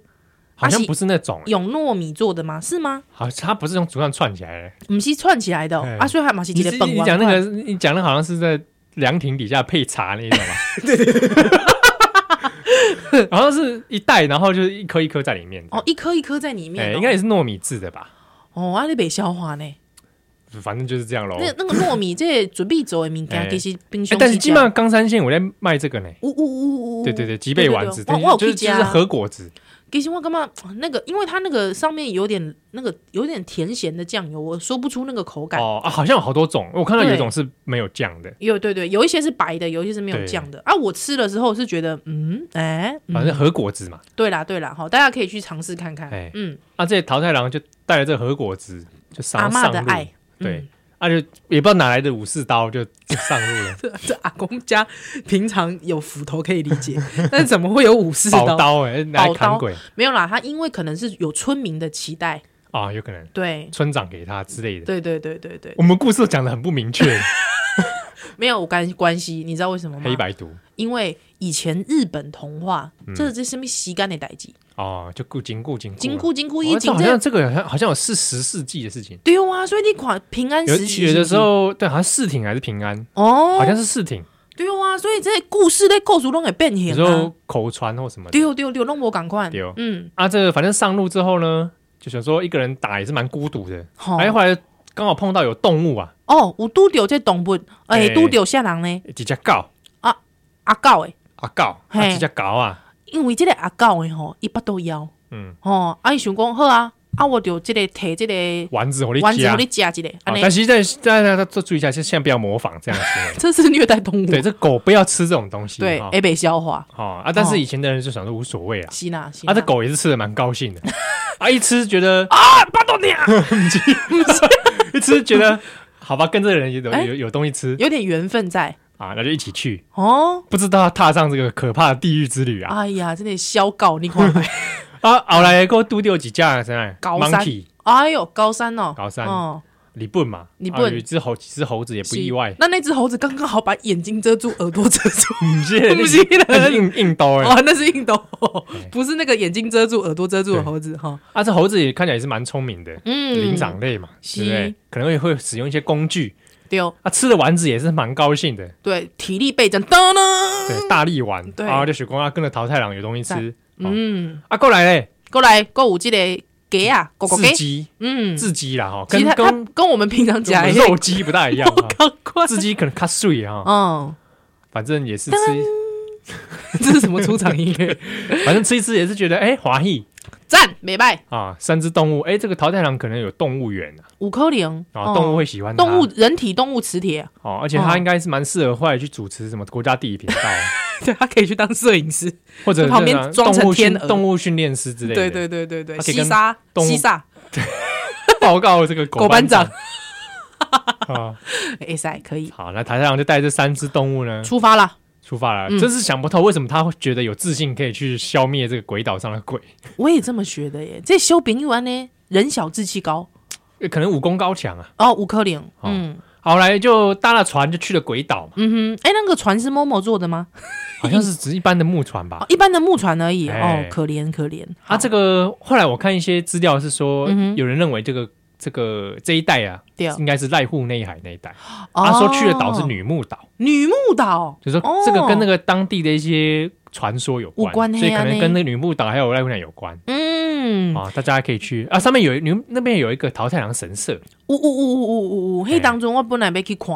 Speaker 1: 好像
Speaker 2: 啊是
Speaker 1: 不是那种，
Speaker 2: 用糯米做的吗？是吗？
Speaker 1: 好，它不是用竹竿串起来的。
Speaker 2: 不是串起来的、哦
Speaker 1: 哎，
Speaker 2: 啊，所以还嘛是
Speaker 1: 你
Speaker 2: 一个
Speaker 1: 是
Speaker 2: 本
Speaker 1: 你
Speaker 2: 丸
Speaker 1: 讲那
Speaker 2: 块
Speaker 1: 个，你讲的好像是在凉亭底下配茶那种 嘛。对对对。然后是一袋，然后就是一颗一颗在里面。
Speaker 2: 哦，，一颗一颗在里面、
Speaker 1: 哎，
Speaker 2: 哦
Speaker 1: 应该也是糯米制的吧？
Speaker 2: 哦，啊，你被消化呢。
Speaker 1: 反正就是这样喽。
Speaker 2: 那
Speaker 1: 哎
Speaker 2: 那个糯米这准备做的物
Speaker 1: 哎
Speaker 2: 件，其实冰箱、
Speaker 1: 但是基本上冈山县我在卖这个呢。
Speaker 2: 呜呜呜呜，
Speaker 1: 对对对，吉贝丸子，
Speaker 2: 对对
Speaker 1: 但
Speaker 2: 对我
Speaker 1: 是
Speaker 2: 我
Speaker 1: 就
Speaker 2: 有
Speaker 1: 是
Speaker 2: 去
Speaker 1: 就
Speaker 2: 加
Speaker 1: 是和果子。
Speaker 2: 其实我干嘛那个，因为它那个上面有点那个有点甜咸的酱油，我说不出那个口感。
Speaker 1: 哦啊，好像有好多种，我看到有一
Speaker 2: 对
Speaker 1: 种是没有酱的，
Speaker 2: 有对对，有一些是白的，有一些是没有
Speaker 1: 对
Speaker 2: 酱的啊。我吃的时候是觉得，嗯，哎、嗯
Speaker 1: 反正和果子嘛。
Speaker 2: 对啦对啦，好，大家可以去尝试看看
Speaker 1: 哎。
Speaker 2: 嗯，
Speaker 1: 啊，这桃太郎就带了这和果子，就
Speaker 2: 阿
Speaker 1: 上
Speaker 2: 嬷
Speaker 1: 上
Speaker 2: 的
Speaker 1: 路。
Speaker 2: 爱，
Speaker 1: 对
Speaker 2: 嗯，
Speaker 1: 啊就也不知道哪来的武士刀就就上路 了，
Speaker 2: 啊这阿公家平常有斧头可以理解，但怎么会有武士
Speaker 1: 宝
Speaker 2: 刀？
Speaker 1: 刀哎、拿来
Speaker 2: 宝
Speaker 1: 砍
Speaker 2: 刀
Speaker 1: 鬼
Speaker 2: 没有啦，他因为可能是有村民的期待，
Speaker 1: 啊，有可能
Speaker 2: 对，
Speaker 1: 村长给他之类的。
Speaker 2: 对对对对对，
Speaker 1: 我们故事讲的很不明确，
Speaker 2: 没有关关系，你知道为什么吗？
Speaker 1: 黑白嗯读
Speaker 2: 因为以前日本童话，这这什么吸干的代志，
Speaker 1: 哦，就顾金顾金
Speaker 2: 金
Speaker 1: 固
Speaker 2: 箍
Speaker 1: 啦
Speaker 2: 金箍
Speaker 1: 哦
Speaker 2: 一
Speaker 1: 这
Speaker 2: 紧
Speaker 1: 好
Speaker 2: 这
Speaker 1: 像这个好像好像有是十世纪的事情，
Speaker 2: 对啊，所以你款平安
Speaker 1: 有
Speaker 2: 时期
Speaker 1: 有的
Speaker 2: 是不是
Speaker 1: 时候对，好像四挺还是平安，
Speaker 2: 哦，
Speaker 1: 好像是四挺，
Speaker 2: 对啊，所以这故事咧构筑拢会变
Speaker 1: 有
Speaker 2: 形
Speaker 1: 时
Speaker 2: 啊，
Speaker 1: 候口传或什么的。
Speaker 2: 对对对，拢无赶快
Speaker 1: 对哦，
Speaker 2: 嗯，
Speaker 1: 啊，这个反正上路之后呢，就想说一个人打也是蛮孤独的，
Speaker 2: 好
Speaker 1: 哎，后来刚好碰到有动物啊，
Speaker 2: 哦，有拄着这动物，哎，
Speaker 1: 哎
Speaker 2: 拄着啥人呢？
Speaker 1: 几只狗
Speaker 2: 阿狗诶，
Speaker 1: 啊狗啊
Speaker 2: 嘿
Speaker 1: 几只狗啊，
Speaker 2: 因为这个阿狗诶吼，伊巴肚枵，
Speaker 1: 嗯，
Speaker 2: 吼，啊伊想讲好啊，啊我就这个摕这个
Speaker 1: 丸子我的
Speaker 2: 丸子
Speaker 1: 家
Speaker 2: 互你。食一个，
Speaker 1: 啊
Speaker 2: 安尼
Speaker 1: 但是在在在在注意一下，就现在不要模仿这样 子。
Speaker 2: 这是虐待动物，
Speaker 1: 对，这狗不要吃这种东西。
Speaker 2: 对
Speaker 1: 哈，
Speaker 2: 会被消化，
Speaker 1: 哦啊，但是以前的人就想说无所谓啦，
Speaker 2: 是啦是
Speaker 1: 啊，
Speaker 2: 啦
Speaker 1: 这狗也是吃的蛮高 兴的，啊，一吃觉得
Speaker 2: 啊，巴肚 娘，
Speaker 1: 一吃觉得好吧，跟这个人也有
Speaker 2: 哎
Speaker 1: 有有东西吃
Speaker 2: 有点缘分在
Speaker 1: 啊，那就一起去。
Speaker 2: 哦。
Speaker 1: 不知道他踏上这个可怕的地狱之旅啊！
Speaker 2: 哎呀，真的消狗，你看看，
Speaker 1: 啊，后来给我丢掉几架什么
Speaker 2: 高山
Speaker 1: monkey
Speaker 2: 哎呦，高山哦，
Speaker 1: 高山
Speaker 2: 哦，
Speaker 1: 李笨嘛，
Speaker 2: 日本
Speaker 1: 啊有一只猴，几只猴子也不
Speaker 2: 是
Speaker 1: 意外，
Speaker 2: 那那只猴子刚刚好把眼睛遮住，耳朵遮住，
Speaker 1: 不是
Speaker 2: 不是啦
Speaker 1: 那是硬硬刀哎。
Speaker 2: 哦，那是印度猴，不是那个眼睛遮住、耳朵遮住的猴子哈。
Speaker 1: 啊，这猴子也看起来也是蛮聪明的，
Speaker 2: 嗯
Speaker 1: 灵长类嘛，
Speaker 2: 是
Speaker 1: 对不对？可能也会使用一些工具。
Speaker 2: 对哦
Speaker 1: 啊，吃了丸子也是蛮高兴的，
Speaker 2: 对，体力倍增，当当，
Speaker 1: 对，大力丸，
Speaker 2: 嗯对
Speaker 1: 然后就许光啊跟着桃太郎有东西吃，哦
Speaker 2: 嗯，
Speaker 1: 啊，过来嘞，
Speaker 2: 过来购有这个鸡啊，狗狗
Speaker 1: 自
Speaker 2: 鸡，
Speaker 1: 鸡，
Speaker 2: 嗯，
Speaker 1: 自鸡啦哈，
Speaker 2: 其
Speaker 1: 跟
Speaker 2: 实它它
Speaker 1: 跟
Speaker 2: 跟我们平常
Speaker 1: 跟我
Speaker 2: 讲
Speaker 1: 们
Speaker 2: 的
Speaker 1: 肉鸡不大一样 啊
Speaker 2: 不
Speaker 1: 哈，
Speaker 2: 赶快，
Speaker 1: 自鸡可能卡碎哈，
Speaker 2: 嗯，
Speaker 1: 反正也是吃，
Speaker 2: 这是什么出场音乐？
Speaker 1: 反正吃一吃也是觉得哎华裔
Speaker 2: 赞，美拜，
Speaker 1: 啊，三只动物，哎，这个桃太郎可能有动物园啊
Speaker 2: 五颗零，
Speaker 1: 啊，动物
Speaker 2: 哦
Speaker 1: 会喜欢它
Speaker 2: 动物人体动物磁铁，
Speaker 1: 哦，而且他
Speaker 2: 哦
Speaker 1: 应该是蛮适合后来去主持什么国家地理频道。
Speaker 2: 对，它可以去当摄影师，
Speaker 1: 或者
Speaker 2: 在哦旁边
Speaker 1: 那个
Speaker 2: 装成
Speaker 1: 动物训
Speaker 2: 天鹅
Speaker 1: 动物训练师之类的，
Speaker 2: 对对对对对，
Speaker 1: 它可以
Speaker 2: 西
Speaker 1: 跟
Speaker 2: 沙
Speaker 1: 动物
Speaker 2: 西沙
Speaker 1: 报告这个
Speaker 2: 狗
Speaker 1: 班
Speaker 2: 班长，
Speaker 1: 啊。
Speaker 2: 哎塞，可以
Speaker 1: 好，那台太郎就带这三只动物呢
Speaker 2: 出发了。
Speaker 1: 出发了，
Speaker 2: 嗯
Speaker 1: 真是想不透为什么他会觉得有自信可以去消灭这个鬼岛上的鬼，
Speaker 2: 我也这么学的耶，这修饼丸呢，人小志气高
Speaker 1: 呃可能武功高强啊。
Speaker 2: 哦，五颗零，嗯
Speaker 1: 后来就搭了船就去了鬼岛嘛，
Speaker 2: 嗯哼，哎，那个船是 Momo 做的吗？
Speaker 1: 好像是只一般的木船吧
Speaker 2: 哦。，一般的木船而已
Speaker 1: 哎
Speaker 2: 哦，可怜可怜
Speaker 1: 啊，这
Speaker 2: 个
Speaker 1: 个后来我看一些资料是说
Speaker 2: 嗯，哼
Speaker 1: 有人认为这个这个这一带啊，
Speaker 2: 对哦
Speaker 1: 应该是濑户内海那一带。他说去的岛是女木岛，
Speaker 2: 女木岛，
Speaker 1: 就说这个跟那
Speaker 2: 个
Speaker 1: 个当地的一些传说有
Speaker 2: 有哦关
Speaker 1: 所以可
Speaker 2: 嘿啊
Speaker 1: 能
Speaker 2: 呢
Speaker 1: 跟那个女木岛还有濑户内有关。
Speaker 2: 嗯，
Speaker 1: 啊，大家可以去啊，上面有你们那边有一个桃太郎神社
Speaker 2: 呜呜呜呜呜呜呜，
Speaker 1: 哎
Speaker 2: 迄当中我本来要去看。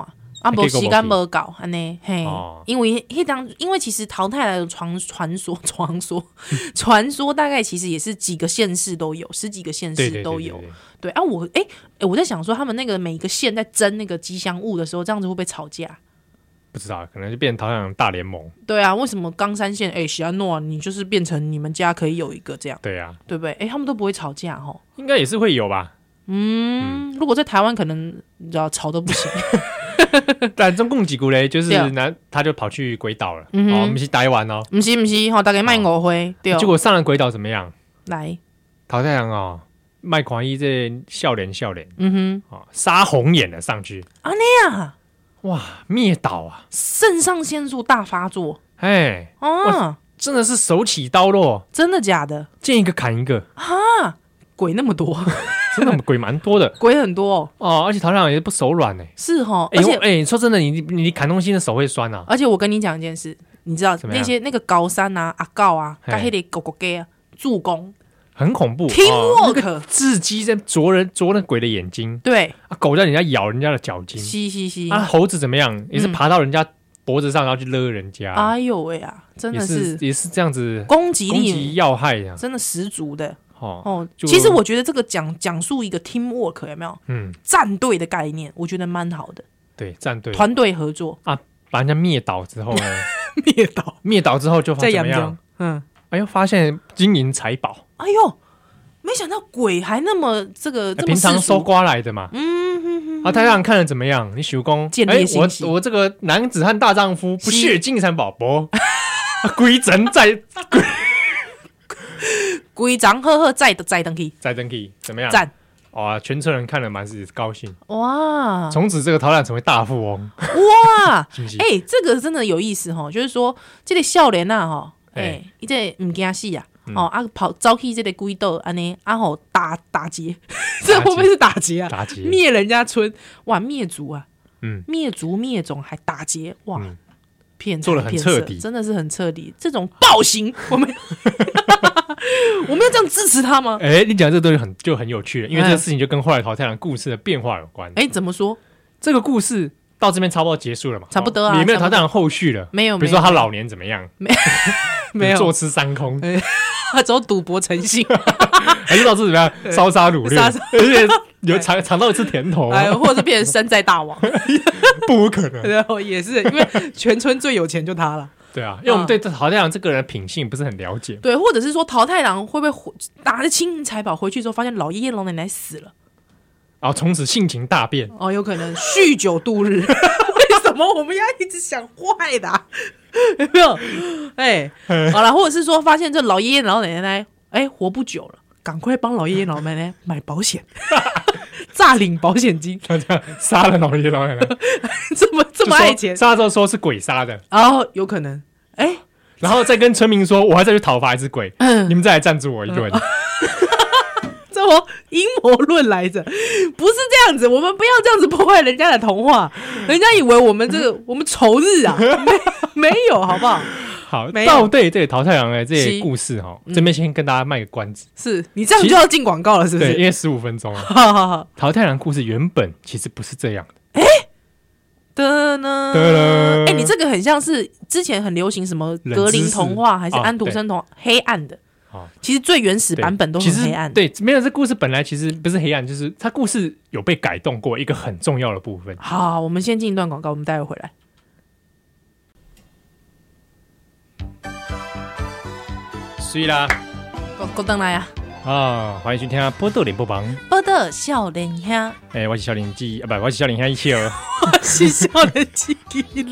Speaker 1: 结
Speaker 2: 啊，无
Speaker 1: 果
Speaker 2: 时间无到安尼，嘿
Speaker 1: 哦，
Speaker 2: 因为迄当，因为其实淘汰来的传传说、传说、传说，大概其实也是几个县市都有，十几个县
Speaker 1: 对，对
Speaker 2: 市都有
Speaker 1: 对。对
Speaker 2: 对啊我，哎、诶我在想说，他们那个每一个县在争那个吉祥物的时候，这样子会不会吵架？
Speaker 1: 不知道可能就变成桃太郎大联盟，
Speaker 2: 对啊，为什么冈山县哎喜安诺啊，你就是变成你们家可以有一个这样，
Speaker 1: 对啊，
Speaker 2: 对不对？哎、他们都不会吵架哦。
Speaker 1: 应该也是会有吧，
Speaker 2: 嗯，如果在台湾，可能你知道吵都不行。
Speaker 1: 但中共几股嘞，就是
Speaker 2: 对啊
Speaker 1: 男他就跑去鬼岛了，
Speaker 2: 嗯哼
Speaker 1: 哦，我们去台湾哦，
Speaker 2: 不是不是，吼，大概卖五灰对哦
Speaker 1: 啊结。果上了鬼岛怎么样？
Speaker 2: 来，
Speaker 1: 桃太郎哦，卖狂一这笑脸笑脸
Speaker 2: 嗯
Speaker 1: 啊，哦杀红眼了上去，
Speaker 2: 哼，哎呀，
Speaker 1: 哇，灭岛啊，
Speaker 2: 肾上腺素大发作
Speaker 1: 哎，
Speaker 2: 啊！
Speaker 1: 真的是手起刀落，
Speaker 2: 真的假的？
Speaker 1: 见一个砍一个，
Speaker 2: 鬼那么多，
Speaker 1: 真的鬼蛮多的
Speaker 2: 鬼很多、哦，
Speaker 1: 哦，而且桃太郎也不手软呢。
Speaker 2: 是哦。
Speaker 1: 哎
Speaker 2: 而
Speaker 1: 呦
Speaker 2: 且、，
Speaker 1: 哎、说真的，你你你砍东西的手会酸啊！
Speaker 2: 而且我跟你讲一件事，你知道
Speaker 1: 怎么样
Speaker 2: 那些那个高山啊、阿告啊、
Speaker 1: 嘿
Speaker 2: 跟黑的狗狗给啊、助攻
Speaker 1: 很恐怖。哦、
Speaker 2: teamwork，、
Speaker 1: 雉鸡在啄人啄那鬼的眼睛，
Speaker 2: 对，
Speaker 1: 啊，狗在人家咬人家的脚筋，
Speaker 2: 嘻嘻嘻，
Speaker 1: 啊，猴子怎么样也是
Speaker 2: 嗯
Speaker 1: 爬到人家脖子上，然后去勒人家，
Speaker 2: 哎呦喂啊，真
Speaker 1: 也
Speaker 2: 的
Speaker 1: 是
Speaker 2: 是
Speaker 1: 也是这样子
Speaker 2: 攻击
Speaker 1: 攻击
Speaker 2: 力
Speaker 1: 要害的、
Speaker 2: 真的十足的
Speaker 1: 哦，
Speaker 2: 哦。
Speaker 1: 就
Speaker 2: 其实我觉得这个讲讲述一个 teamwork 有没有
Speaker 1: 嗯，
Speaker 2: 战队的概念，我觉得蛮好的，
Speaker 1: 对，战队
Speaker 2: 团队合作
Speaker 1: 把人家灭倒之后呢，
Speaker 2: 灭倒
Speaker 1: 灭倒之后就发
Speaker 2: 在
Speaker 1: 怎么
Speaker 2: 扬
Speaker 1: 样
Speaker 2: 州？，嗯，
Speaker 1: 哎呦，发现金银财宝，
Speaker 2: 哎呦，没想到鬼还那么这个
Speaker 1: 哎
Speaker 2: 这么
Speaker 1: 平常
Speaker 2: 世
Speaker 1: 搜
Speaker 2: 俗，
Speaker 1: 刮来的嘛，
Speaker 2: 嗯哼哼
Speaker 1: 啊，太阳看了怎么样？你许公
Speaker 2: 建，立
Speaker 1: 哎、
Speaker 2: 信息
Speaker 1: 我我这个男子汉大丈夫不
Speaker 2: 是
Speaker 1: 是金山宝宝， 啊规整在
Speaker 2: 规章赫赫载的载登去，
Speaker 1: 在登记怎么样？
Speaker 2: 赞
Speaker 1: 哇，全村人看了满是高兴，
Speaker 2: 哇
Speaker 1: 从此这个陶亮成为大富翁，
Speaker 2: 哇！
Speaker 1: 是不是？
Speaker 2: 哎、这个真的有意思哦，就是说这个少年啊，吼，哎
Speaker 1: 嘿，嗯
Speaker 2: 伊这唔惊死啊，哦啊跑走去这个鬼岛安尼啊吼打打劫， 这会不会是打劫啊？
Speaker 1: 妲己，
Speaker 2: 灭人家村，哇灭族啊，
Speaker 1: 嗯，
Speaker 2: 灭族灭种还打劫，哇
Speaker 1: 嗯，
Speaker 2: 骗财
Speaker 1: 做得很
Speaker 2: 骗色
Speaker 1: 彻底
Speaker 2: 真的是很彻底。这种暴行，我们 我们要这样支持他吗？
Speaker 1: 哎、你讲这东西很就很有趣了，因为这个事情就跟后来《淘太郎》故事的变化有关。
Speaker 2: 嗯哎、怎么说？
Speaker 1: 这个故事到这边差不多结束了嘛？哦
Speaker 2: 差不多啊
Speaker 1: 也没有
Speaker 2: 差
Speaker 1: 《
Speaker 2: 不多
Speaker 1: 淘太郎》后续了。
Speaker 2: 没有，
Speaker 1: 比如说他老年怎么样？
Speaker 2: 没有，没
Speaker 1: 坐
Speaker 2: 有
Speaker 1: 吃山空，
Speaker 2: 他只有赌博成性，
Speaker 1: 哦还是到处怎么 样烧杀掳掠，
Speaker 2: 杀
Speaker 1: 而
Speaker 2: 杀
Speaker 1: 且有尝尝到一次甜头，
Speaker 2: 哎，或者是变成山寨大王，
Speaker 1: 不无 可能。
Speaker 2: 然后也是因为全村最有钱就他了。
Speaker 1: 对啊，因为我们对陶太郎这个人的品性不是很了解，
Speaker 2: 对，或者是说桃太郎会不会回拿着金银财宝回去之后，发现老爷爷老奶奶死了？
Speaker 1: 然后从此性情大 变。
Speaker 2: 哦，有可能酗酒度 日。为什么我们要一直想坏的、啊？ 有没有？哎、好了，或者是说发现这老爷爷老奶奶哎、活不久了，赶快帮老爷爷老奶奶买保 险，诈领保险金，
Speaker 1: 他这样杀了老爷爷老奶奶，
Speaker 2: 这么 这
Speaker 1: 就
Speaker 2: 么
Speaker 1: 说
Speaker 2: 爱钱，
Speaker 1: 杀了之后说是鬼杀的，
Speaker 2: 然后有可能哎、
Speaker 1: 然后再跟村民说，我还再去讨伐一只鬼，
Speaker 2: 嗯
Speaker 1: 你们再来赞助我一顿。
Speaker 2: 这么阴谋论来着，不是这样子，我们不要这样子破坏人家的童话，人家以为我们这个我们仇日啊，没没有好不好？
Speaker 1: 好，
Speaker 2: 没有
Speaker 1: 到对对桃太郎的这
Speaker 2: 是
Speaker 1: 些故事哈，这边先跟大家卖个关子，
Speaker 2: 是你这样就要进广告了，是不
Speaker 1: 对，
Speaker 2: 是？
Speaker 1: 因为十五分钟了。
Speaker 2: 好好好，
Speaker 1: 桃太郎故事原本其实不是这样的，
Speaker 2: 的呢？
Speaker 1: 噔噔
Speaker 2: 哎、你这个很像是之前很流行什么
Speaker 1: 冷
Speaker 2: 格林
Speaker 1: 知识
Speaker 2: 童话，还是
Speaker 1: 啊
Speaker 2: 安徒生童话、黑暗的
Speaker 1: 哦。
Speaker 2: 其实最原始
Speaker 1: 对
Speaker 2: 版本都
Speaker 1: 其
Speaker 2: 很
Speaker 1: 实
Speaker 2: 黑暗，
Speaker 1: 对，没有这故事本来其实不是黑暗，就是它故事有被改动过一个很重要的部分。
Speaker 2: 好，我们先进一段广告，我们待会回来。
Speaker 1: 所以啦，
Speaker 2: 郭郭登来啊，
Speaker 1: 啊，欢迎去听啊，波豆脸不忙，
Speaker 2: 波的笑脸 呀，
Speaker 1: 哎，我是小林记啊，不，我是小林香一七二，
Speaker 2: 是笑脸起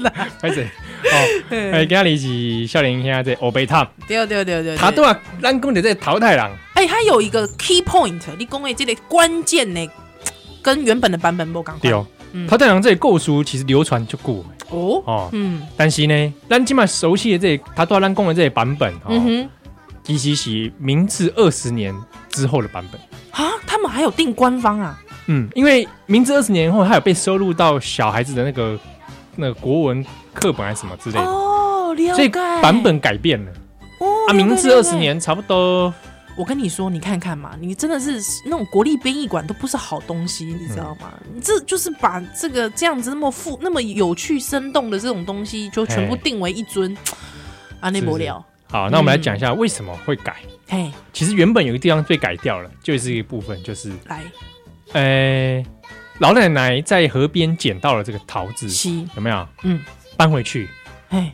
Speaker 2: 来。
Speaker 1: 开始哦，哎，今日是小林香这欧贝塔，
Speaker 2: 对对对对，
Speaker 1: 他都啊，咱讲的这桃太郎，
Speaker 2: 哎，它有一个 key point，你讲的这个关键呢，跟原本的版本不赶快
Speaker 1: 对哦，桃太郎这个故事其实流传就久了
Speaker 2: 哦，
Speaker 1: 哦，
Speaker 2: 嗯
Speaker 1: 但是呢，咱今嘛熟悉的这个他对啊咱讲的这些版本哦，
Speaker 2: 嗯
Speaker 1: 其实是明治二十年之后的版本。
Speaker 2: 哼，啊，他们还有定官方啊，
Speaker 1: 嗯，因为明治二十年后，它有被收录到小孩子的那个那个国文课本还是什么之类的，
Speaker 2: 哦，了
Speaker 1: 所以
Speaker 2: 解
Speaker 1: 版本改变了。
Speaker 2: 哦
Speaker 1: 啊，
Speaker 2: 了解
Speaker 1: 明治
Speaker 2: 了
Speaker 1: 二
Speaker 2: 解
Speaker 1: 十年差不多，
Speaker 2: 我跟你说，你看看嘛，你真的是那种国立编译馆都不是好东西，你知道吗？
Speaker 1: 嗯
Speaker 2: 你这就是把这个这样子那么富、那么有趣、生动的这种东西，就全部
Speaker 1: 嘿
Speaker 2: 定为一尊啊，那
Speaker 1: 是
Speaker 2: 不
Speaker 1: 是
Speaker 2: 了，
Speaker 1: 好，
Speaker 2: 嗯
Speaker 1: 那我们来讲一下为什么会改。
Speaker 2: 嘿，
Speaker 1: 其实原本有一个地方被改掉了，就是一个部分，就是
Speaker 2: 来
Speaker 1: 呃，老奶奶在河边捡到了这个桃子，
Speaker 2: 吸，
Speaker 1: 有没有？
Speaker 2: 嗯，
Speaker 1: 搬回去，
Speaker 2: 嘿，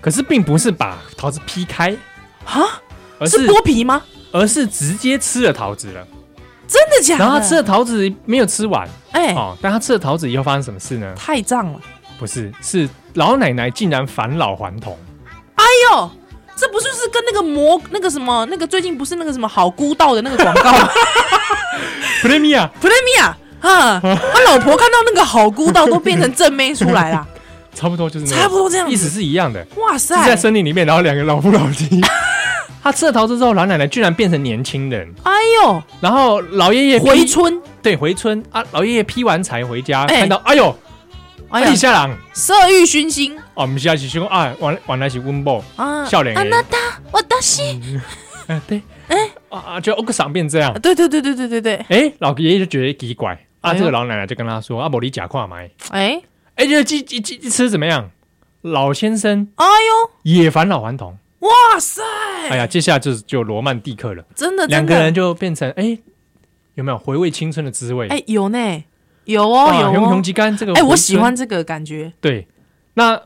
Speaker 1: 可是并不是把桃子劈开，
Speaker 2: 啊，
Speaker 1: 而
Speaker 2: 是
Speaker 1: 是
Speaker 2: 剥皮吗？
Speaker 1: 而是直接吃了桃子了。
Speaker 2: 真的假的？
Speaker 1: 然后他吃了桃子没有吃完
Speaker 2: 哎、
Speaker 1: 哦，但他吃了桃子以后发生什么事呢？
Speaker 2: 太胀了。
Speaker 1: 不是，是老奶奶竟然返老还童。
Speaker 2: 哎呦，这不就是跟那个魔那个什么那个最近不是那个什么好孤道的那个广 告
Speaker 1: 普雷米亚，
Speaker 2: Premier 啊？他老婆看到那个好孤道都变成正妹出来 了，
Speaker 1: 差不多就是那个
Speaker 2: 差不多这样
Speaker 1: 嗯意思
Speaker 2: 子。
Speaker 1: 是一样的，就
Speaker 2: 哇
Speaker 1: 是在
Speaker 2: 塞！
Speaker 1: 森林里面，然后两个老夫老 妻。他吃了桃子之后，老奶奶居然变成年轻人，
Speaker 2: 哎呦，
Speaker 1: 然后老爷爷劈
Speaker 2: 回春，
Speaker 1: 对回村啊，老爷爷劈完柴回家，
Speaker 2: 哎
Speaker 1: 看到哎呦，
Speaker 2: 哎
Speaker 1: 地
Speaker 2: 呀，
Speaker 1: 下郎
Speaker 2: 色欲熏心
Speaker 1: 哦，不是啊，是凶啊，原原来是温饱，
Speaker 2: 啊！
Speaker 1: 笑脸
Speaker 2: 啊，
Speaker 1: 耶
Speaker 2: 那他我的心，
Speaker 1: 哎对，哎啊啊，就欧克桑变这样
Speaker 2: 啊，对对对对对对对，
Speaker 1: 哎，老爷爷就觉得奇怪啊，
Speaker 2: 哎呦
Speaker 1: 这个老奶奶就跟他说啊，我你假胯买，
Speaker 2: 哎，
Speaker 1: 哎，就一一一一吃怎么样？老先生
Speaker 2: 哎呦，
Speaker 1: 也返老还童，
Speaker 2: 哇塞，
Speaker 1: 哎呀，接下来就是就罗曼蒂克了，
Speaker 2: 真的
Speaker 1: 两
Speaker 2: 真
Speaker 1: 个人
Speaker 2: 的，
Speaker 1: 就变成哎，有没有回味青春的滋味？
Speaker 2: 哎，有呢，有
Speaker 1: 哇，
Speaker 2: 哦有
Speaker 1: 熊熊
Speaker 2: 哦，
Speaker 1: 鸡肝这个，
Speaker 2: 哎，我喜欢。这个感觉，
Speaker 1: 对，那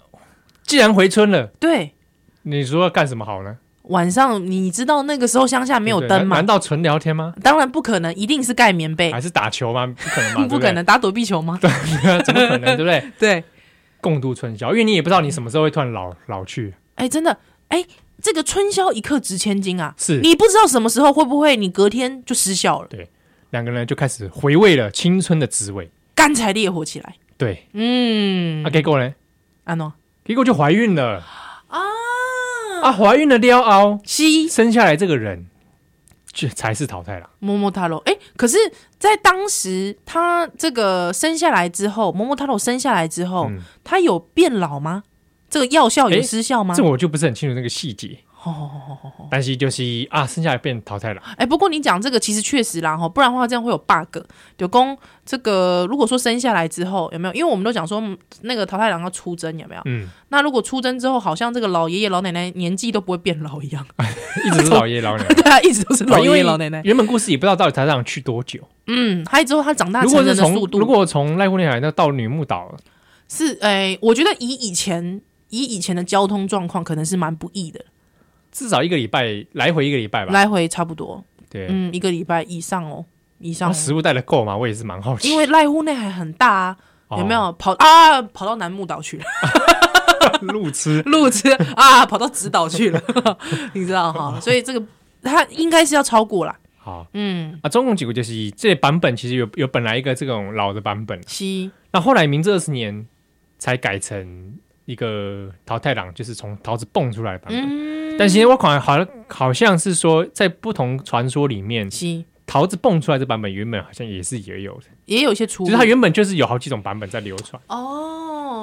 Speaker 1: 既然回春了，
Speaker 2: 对
Speaker 1: 你说要干什么好呢？
Speaker 2: 晚上你知道那个时候乡下没有
Speaker 1: 对不对
Speaker 2: 灯
Speaker 1: 难
Speaker 2: 嘛
Speaker 1: 难？道纯聊天吗？
Speaker 2: 当然不可能，一定是盖棉被
Speaker 1: 还，是打球吗？不可 能吧？
Speaker 2: 不可能打躲避球吗？对
Speaker 1: 对不对， 怎么可能？对不 对？
Speaker 2: 对，
Speaker 1: 共度春宵，因为你也不知道你什么时候会突然老老去。
Speaker 2: 哎，真的，哎，这个春宵一刻值千金啊！
Speaker 1: 是
Speaker 2: 你不知道什么时候会不会你隔天就失效了，
Speaker 1: 两个人就开始回味了青春的滋味。
Speaker 2: 干柴烈火起来。
Speaker 1: 对，
Speaker 2: 嗯
Speaker 1: 啊，，结果呢？
Speaker 2: 安诺
Speaker 1: 结果就怀孕了
Speaker 2: 啊，
Speaker 1: 啊！怀孕了撩凹，
Speaker 2: 西
Speaker 1: 生下来这个人就才是淘汰了。
Speaker 2: 摸摸塔罗，哎，可是，在当时他这个生下来之后，摸摸塔罗生下来之后，
Speaker 1: 嗯
Speaker 2: 他有变老吗？这个药效有
Speaker 1: 哎
Speaker 2: 失效吗？
Speaker 1: 这我就不是很清楚那个细节，
Speaker 2: 哦，
Speaker 1: 但是就是啊，生下来变淘汰了。
Speaker 2: 哎、不过你讲这个其实确实啦，哈，不然的话这样会有 bug。九公这个如果说生下来之后有没有？因为我们都讲说嗯那个桃太郎要出征有没有？
Speaker 1: 嗯，
Speaker 2: 那如果出征之后，好像这个老爷爷老奶奶年纪都不会变老一样，
Speaker 1: 一直是老爷老奶奶。
Speaker 2: 对啊，一直都是 老
Speaker 1: 因
Speaker 2: 爷
Speaker 1: 为
Speaker 2: 爷老奶奶。
Speaker 1: 原本故事也不知道到底台上去多久。
Speaker 2: 嗯，还有之后他长大
Speaker 1: 如
Speaker 2: 成
Speaker 1: 果是
Speaker 2: 人的
Speaker 1: 从
Speaker 2: 速度，
Speaker 1: 如果从濑户内海那到女木岛，
Speaker 2: 是哎、我觉得以以前以以前的交通状况，可能是蛮不易的，
Speaker 1: 至少一个礼拜来回一个礼拜吧。
Speaker 2: 来回差不多，
Speaker 1: 对，
Speaker 2: 嗯，一个礼拜以上哦，以上
Speaker 1: 那
Speaker 2: 哦、
Speaker 1: 食物带的够吗？我也是蛮好奇。
Speaker 2: 因为濑户内海很大啊，
Speaker 1: 哦
Speaker 2: 有没有跑啊？跑到楠木岛去了。
Speaker 1: 路痴？
Speaker 2: 路痴啊，跑到直岛去了， 你知道
Speaker 1: 哦
Speaker 2: 哈？所以这个他应该是要超过啦。
Speaker 1: 好
Speaker 2: 嗯，
Speaker 1: 啊，总共几个就是以这个版本其实有有本来一个这种老的版本，
Speaker 2: 西
Speaker 1: 那后来明治二十年才改成一个桃太郎，就是从桃子蹦出来的版本。
Speaker 2: 嗯，
Speaker 1: 但其实我好像好像好像是说，在不同传说里面，
Speaker 2: 西
Speaker 1: 桃子蹦出来的版本原本好像也是也有的，
Speaker 2: 也有一些出
Speaker 1: 就
Speaker 2: 入
Speaker 1: 是它原本就是有好几种版本在流传。
Speaker 2: 哦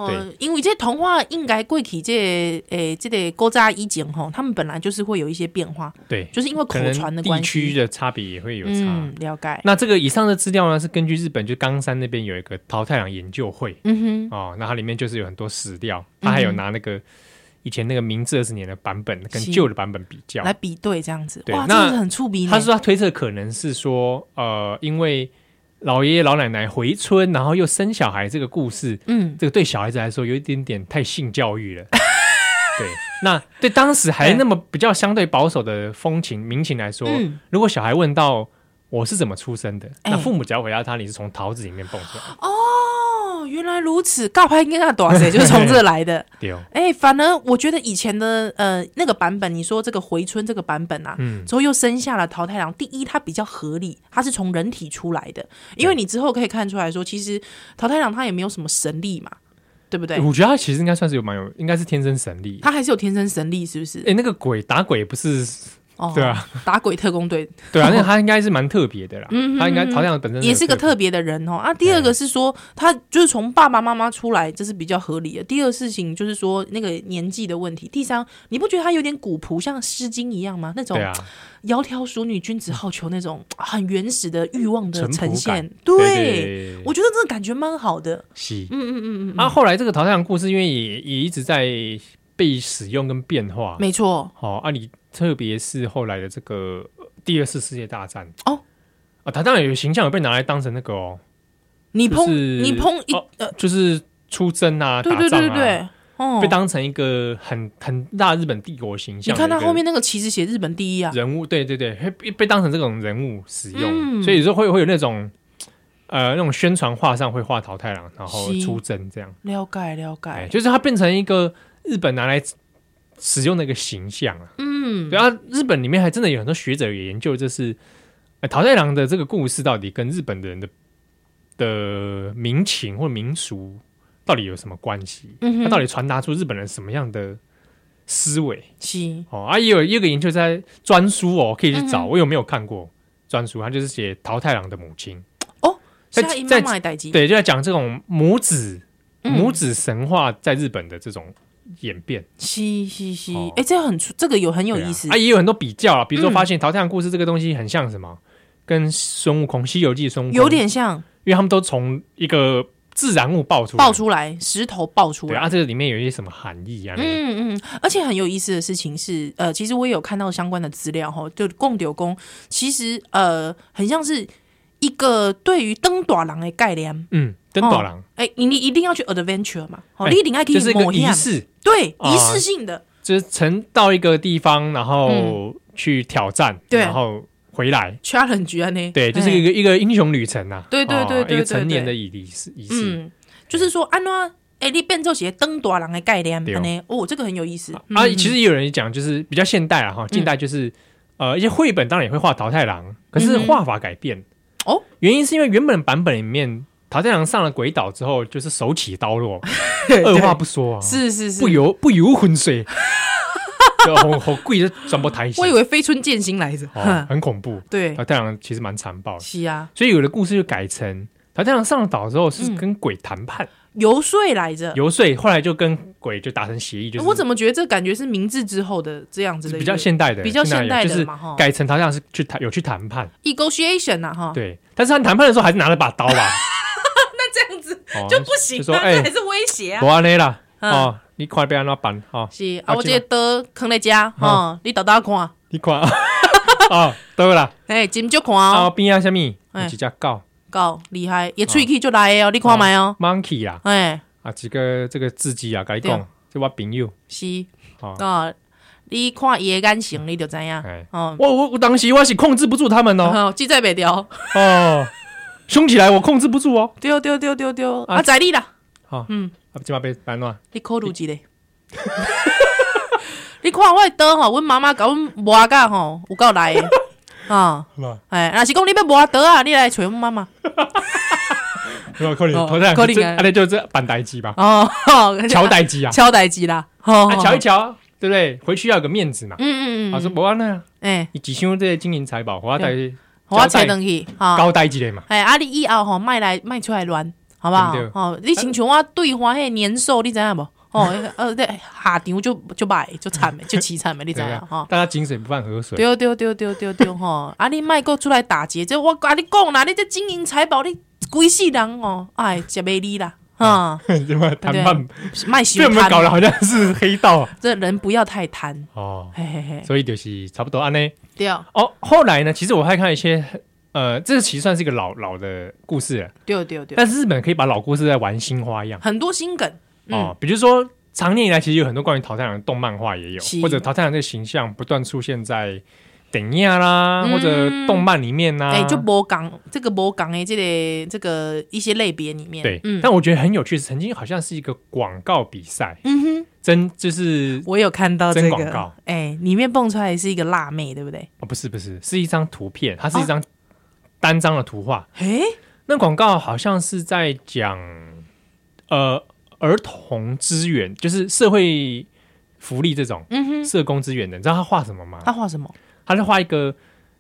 Speaker 1: 对，
Speaker 2: 因为这童话应该过去这诶、这个勾扎一景吼，他们本来就是会有一些变化，
Speaker 1: 对，
Speaker 2: 就是因为口
Speaker 1: 可能
Speaker 2: 传的
Speaker 1: 地
Speaker 2: 关
Speaker 1: 区
Speaker 2: 系。
Speaker 1: 的差别也会有差。
Speaker 2: 嗯，了解。
Speaker 1: 那这个以上的资料呢，是根据日本就冈山那边有一个桃太郎研究会
Speaker 2: 嗯
Speaker 1: 哦，那它里面就是有很多史料，它还有拿那个、以前那个明治二十年的版本跟
Speaker 2: 是
Speaker 1: 旧的版本比较
Speaker 2: 哼，。来比对这样子，
Speaker 1: 对
Speaker 2: 哇，真
Speaker 1: 那
Speaker 2: 的是很触鼻呢。
Speaker 1: 他说他推测可能是说，呃，因为老爷爷老奶奶回村，然后又生小孩这个故事，
Speaker 2: 嗯，
Speaker 1: 这个对小孩子来说有一点点太性教育 了。对，那对当时还那么比较相对保守的风情民情来说，
Speaker 2: 嗯
Speaker 1: 如果小孩问到我是怎么出生的，
Speaker 2: 哎
Speaker 1: 那父母只要回答他你是从桃子里面蹦出来的，
Speaker 2: 哦，原来如此，告拍跟 那多谁就是从这来的。
Speaker 1: 对哦，
Speaker 2: 哎、反而我觉得以前的呃那个版本，你说这个回春这个版本啊，
Speaker 1: 嗯，
Speaker 2: 之后又生下了桃太郎。第一，它比较合理，它是从人体出来的，因为你之后可以看出来说，其实桃太郎他也没有什么神力嘛，对不对？
Speaker 1: 我觉得他其实应该算是有蛮有，应该是天生神力。
Speaker 2: 嗯他还是有天生神力，是不
Speaker 1: 哎、
Speaker 2: 是？
Speaker 1: 那个鬼打鬼不是
Speaker 2: 哦，
Speaker 1: 对，啊，
Speaker 2: 打鬼特工队
Speaker 1: 对啊，那个他应该是蛮特别的啦。
Speaker 2: 嗯
Speaker 1: 他应该桃太郎本身
Speaker 2: 也是个
Speaker 1: 特别
Speaker 2: 特别的人哦。啊，第二个是说，他就是从爸爸妈妈出来，这是比较合理的。第二事情就是说那个年纪的问题。第三，你不觉得他有点古朴，像《诗经》一样吗？那种
Speaker 1: 对啊，
Speaker 2: 窈窕淑女，君子好逑那种啊很原始的欲望的
Speaker 1: 淳朴
Speaker 2: 呈现
Speaker 1: 感。
Speaker 2: 对
Speaker 1: 对
Speaker 2: 我觉得这个感觉蛮好的。
Speaker 1: 是。
Speaker 2: 嗯嗯嗯嗯，
Speaker 1: 啊，后来这个桃太郎故事，因为也也一直在被使用跟变化。
Speaker 2: 没错。
Speaker 1: 好、啊，你特别是后来的这个呃第二次世界大战
Speaker 2: 哦，
Speaker 1: 啊，它当然有形象有被拿来当成那个哦，
Speaker 2: 你
Speaker 1: 就
Speaker 2: 碰
Speaker 1: 是
Speaker 2: 你碰一
Speaker 1: 哦
Speaker 2: 呃，
Speaker 1: 就是出征啊，
Speaker 2: 对对
Speaker 1: 打仗
Speaker 2: 对对
Speaker 1: 啊，
Speaker 2: 对，哦
Speaker 1: 被，当成一个很很大日本帝国形
Speaker 2: 你
Speaker 1: 象。
Speaker 2: 看他后。面那个旗子写日本第一啊，
Speaker 1: 人物，对对对，会被被当成这种人物使用，
Speaker 2: 嗯
Speaker 1: 所以说会会有那种，呃，那种宣传画上会画桃太郎，然后
Speaker 2: 是
Speaker 1: 出征这样。
Speaker 2: 了解了
Speaker 1: 哎，
Speaker 2: 解，
Speaker 1: 就是它变成一个日本拿来使用的一个形象啊。
Speaker 2: 嗯，
Speaker 1: 对啊，日本里面还真的有很多学者也研究，就是、呃、桃太郎的这个故事到底跟日本的人的的民情或民俗到底有什么关系？
Speaker 2: 嗯哼
Speaker 1: 它到底传达出日本人什么样的思维？
Speaker 2: 是
Speaker 1: 哦，啊，也有也有一个研究在专书哦，可以去找，
Speaker 2: 嗯哼
Speaker 1: 我有没有看过专书？它就是写桃太郎的母亲。
Speaker 2: 哦
Speaker 1: 在
Speaker 2: 下一
Speaker 1: 在
Speaker 2: 妈妈的代际，
Speaker 1: 对，就在讲这种母子
Speaker 2: 嗯
Speaker 1: 母子神话在日本的这种演变，
Speaker 2: 是是是
Speaker 1: 哦，
Speaker 2: 哎，这很出这个有很有
Speaker 1: 对啊
Speaker 2: 意思
Speaker 1: 啊，，也有很多比较啊，比如说
Speaker 2: 嗯
Speaker 1: 发现《桃太郎故事》这个东西很像什么，跟孙悟空《西游记》孙悟空
Speaker 2: 有，点像
Speaker 1: 因为他们都从一个自然物爆出来
Speaker 2: 爆出来石头爆出
Speaker 1: 对
Speaker 2: 来
Speaker 1: 啊，，这个里面有一些什么含义啊？嗯，
Speaker 2: 嗯嗯，而且很有意思的事情是，呃，其实我也有看到相关的资料哈，就贡柳宫其实呃，很像是一个对于灯短郎的概念。
Speaker 1: 嗯，登岛郎
Speaker 2: 哎、你你一定要去 adventure 嘛，哦，
Speaker 1: 哎
Speaker 2: 你一定要去
Speaker 1: 嗯就是一
Speaker 2: 冒
Speaker 1: 个仪
Speaker 2: 险，
Speaker 1: 式，
Speaker 2: 对，
Speaker 1: 啊
Speaker 2: 仪式性的，
Speaker 1: 就是曾到一个地方，然后去挑战，
Speaker 2: 嗯对
Speaker 1: 然后回来，
Speaker 2: challenge 啊呢？
Speaker 1: 对，就是一个一个英雄旅程呐、啊，
Speaker 2: 对对
Speaker 1: 哦
Speaker 2: 对对
Speaker 1: 一个
Speaker 2: 对
Speaker 1: 成年的
Speaker 2: 对
Speaker 1: 仪仪式仪式。
Speaker 2: 嗯，就是说安怎哎，你变奏些登大人的概念
Speaker 1: 对哦
Speaker 2: 安尼，哦，这个很有意思
Speaker 1: 啊，
Speaker 2: 嗯
Speaker 1: 其实也有人讲，就是比较现代了哈，近代就是、呃，一些绘本当然也会画桃太郎，可是
Speaker 2: 嗯哼
Speaker 1: 画法改变
Speaker 2: 哦，
Speaker 1: 原因是因为原本版本里面桃太郎上了鬼岛之后，就是手起刀 落，二话不说啊，
Speaker 2: 是是是
Speaker 1: 不，由不由浑 水，就好好贵的转播台
Speaker 2: 我以为飞春剑心来着，
Speaker 1: 哦哎
Speaker 2: 哼，
Speaker 1: 很恐怖。
Speaker 2: 对，
Speaker 1: 桃太郎其实蛮残暴的，
Speaker 2: 是啊，
Speaker 1: 所以有的故事就改成桃太郎上了岛之后是
Speaker 2: 嗯
Speaker 1: 跟鬼谈判、
Speaker 2: 游说来着。
Speaker 1: 游说，后来就跟鬼就达成协议，就是
Speaker 2: 我怎么觉得这感觉是明治之后的这样子的一
Speaker 1: 比
Speaker 2: 个
Speaker 1: 较现代的，
Speaker 2: 比较现代
Speaker 1: 就是
Speaker 2: 的嘛哈哦
Speaker 1: 改成桃太郎是去谈有去谈判，
Speaker 2: negotiation 呐哈，
Speaker 1: 对，但是他谈判的时候还是拿了把刀 吧，
Speaker 2: 这样子
Speaker 1: 哦
Speaker 2: 就不行
Speaker 1: 就
Speaker 2: 啊，
Speaker 1: 说
Speaker 2: 这还
Speaker 1: 哎，
Speaker 2: 是威胁啊
Speaker 1: 我。安内啦，
Speaker 2: 嗯
Speaker 1: 哦，你快被安那办哦，
Speaker 2: 是
Speaker 1: 啊
Speaker 2: 啊，我这个刀放在
Speaker 1: 哦
Speaker 2: 家哈，你倒倒看，
Speaker 1: 你快 哦，对啦，
Speaker 2: 哎，金就看
Speaker 1: 啊
Speaker 2: 哦，
Speaker 1: 边啊什么，有
Speaker 2: 哎
Speaker 1: 一只狗
Speaker 2: 够厉害，也喙齿就来的哦，你看麦哦，
Speaker 1: monkey 啦，
Speaker 2: 哎，
Speaker 1: 啊几个这个字迹啊，跟你
Speaker 2: 对
Speaker 1: 讲，这我朋友，
Speaker 2: 是
Speaker 1: 哦
Speaker 2: 啊，你看伊的眼神，你就知影
Speaker 1: 哎，
Speaker 2: 哦。
Speaker 1: 我我我当时我是控制不住他们哦，
Speaker 2: 哦， 记在袂掉，嗯
Speaker 1: 哦，凶起来我控制不住哦，
Speaker 2: 对对对对对，
Speaker 1: 啊
Speaker 2: 啊，在你啦，
Speaker 1: 好，
Speaker 2: 嗯，
Speaker 1: 啊今晚被搬乱，
Speaker 2: 你考虑一下。 你看我的刀吼，阮妈妈甲阮磨甲吼有 够来的啊！
Speaker 1: 好吧，
Speaker 2: 哎，若是讲你要磨刀啊，你来找阮妈妈
Speaker 1: 好吧，可能
Speaker 2: 哦
Speaker 1: 头上
Speaker 2: 可能
Speaker 1: 啊，那就这板呆机 吧，
Speaker 2: 哦，
Speaker 1: 乔代机啊，
Speaker 2: 敲代志啦，吼
Speaker 1: 啊
Speaker 2: 吼
Speaker 1: 瞧一瞧，对不对？回去要有个面子嘛，
Speaker 2: 哦嗯嗯
Speaker 1: 啊
Speaker 2: 嗯
Speaker 1: 说不安呢。
Speaker 2: 哎，
Speaker 1: 你几箱这些金银财宝，我啊要带
Speaker 2: 互我找回去吼，
Speaker 1: 高带一个嘛，
Speaker 2: 哎，啊，你以后吼卖来卖出来乱，好不好
Speaker 1: 对不？对
Speaker 2: 哦，你亲像我对花迄年兽，你知影无？哦，那个呃，对，下场就就歹，就 惨的，就凄惨的，你知
Speaker 1: 对
Speaker 2: 影
Speaker 1: 啊
Speaker 2: 吼？
Speaker 1: 大家井水不犯河水，
Speaker 2: 哦对对对对对对吼！啊，你卖个出来打劫，这我啊甲你讲啦，你这金银财宝，你规世人哦，哎，食袂你啦，
Speaker 1: 哎
Speaker 2: 哈，
Speaker 1: 对吧？谈判
Speaker 2: 卖
Speaker 1: 被
Speaker 2: 小
Speaker 1: 我们搞
Speaker 2: 贪
Speaker 1: 得
Speaker 2: 啦，
Speaker 1: 好像是黑道啊
Speaker 2: 这人不要太贪，
Speaker 1: 哦，
Speaker 2: 嘿嘿嘿，
Speaker 1: 所以就是差不多安呢。
Speaker 2: 对
Speaker 1: 哦，后来呢，其实我还看一些。呃，这其实算是一个老老的故事了，
Speaker 2: 对对对，
Speaker 1: 但是日本可以把老故事再玩新花样
Speaker 2: 很多心梗，嗯
Speaker 1: 哦，比如说长年以来，其实有很多关于桃太郎的动漫画也有
Speaker 2: 是，
Speaker 1: 或者桃太郎这个形象不断出现在电影啦，
Speaker 2: 嗯
Speaker 1: 或者动漫里面啊呐，
Speaker 2: 哎，就无讲这个无讲的这个这个一些类别里面，
Speaker 1: 对，
Speaker 2: 嗯
Speaker 1: 但我觉得很有趣，曾经好像是一个广告比赛，
Speaker 2: 嗯哼，
Speaker 1: 真就是
Speaker 2: 我有看到这
Speaker 1: 真广告
Speaker 2: 个，哎，里面蹦出来是一个辣妹，对不对？
Speaker 1: 哦，不是不是，是一张图片，它是
Speaker 2: 哦
Speaker 1: 一张单张的图画。
Speaker 2: 哎，
Speaker 1: 那广告好像是在讲呃儿童资源，就是社会福利这种
Speaker 2: 嗯哼，哦
Speaker 1: 社工资源的。你知道他画什么吗？
Speaker 2: 他画什么？
Speaker 1: 他就画一个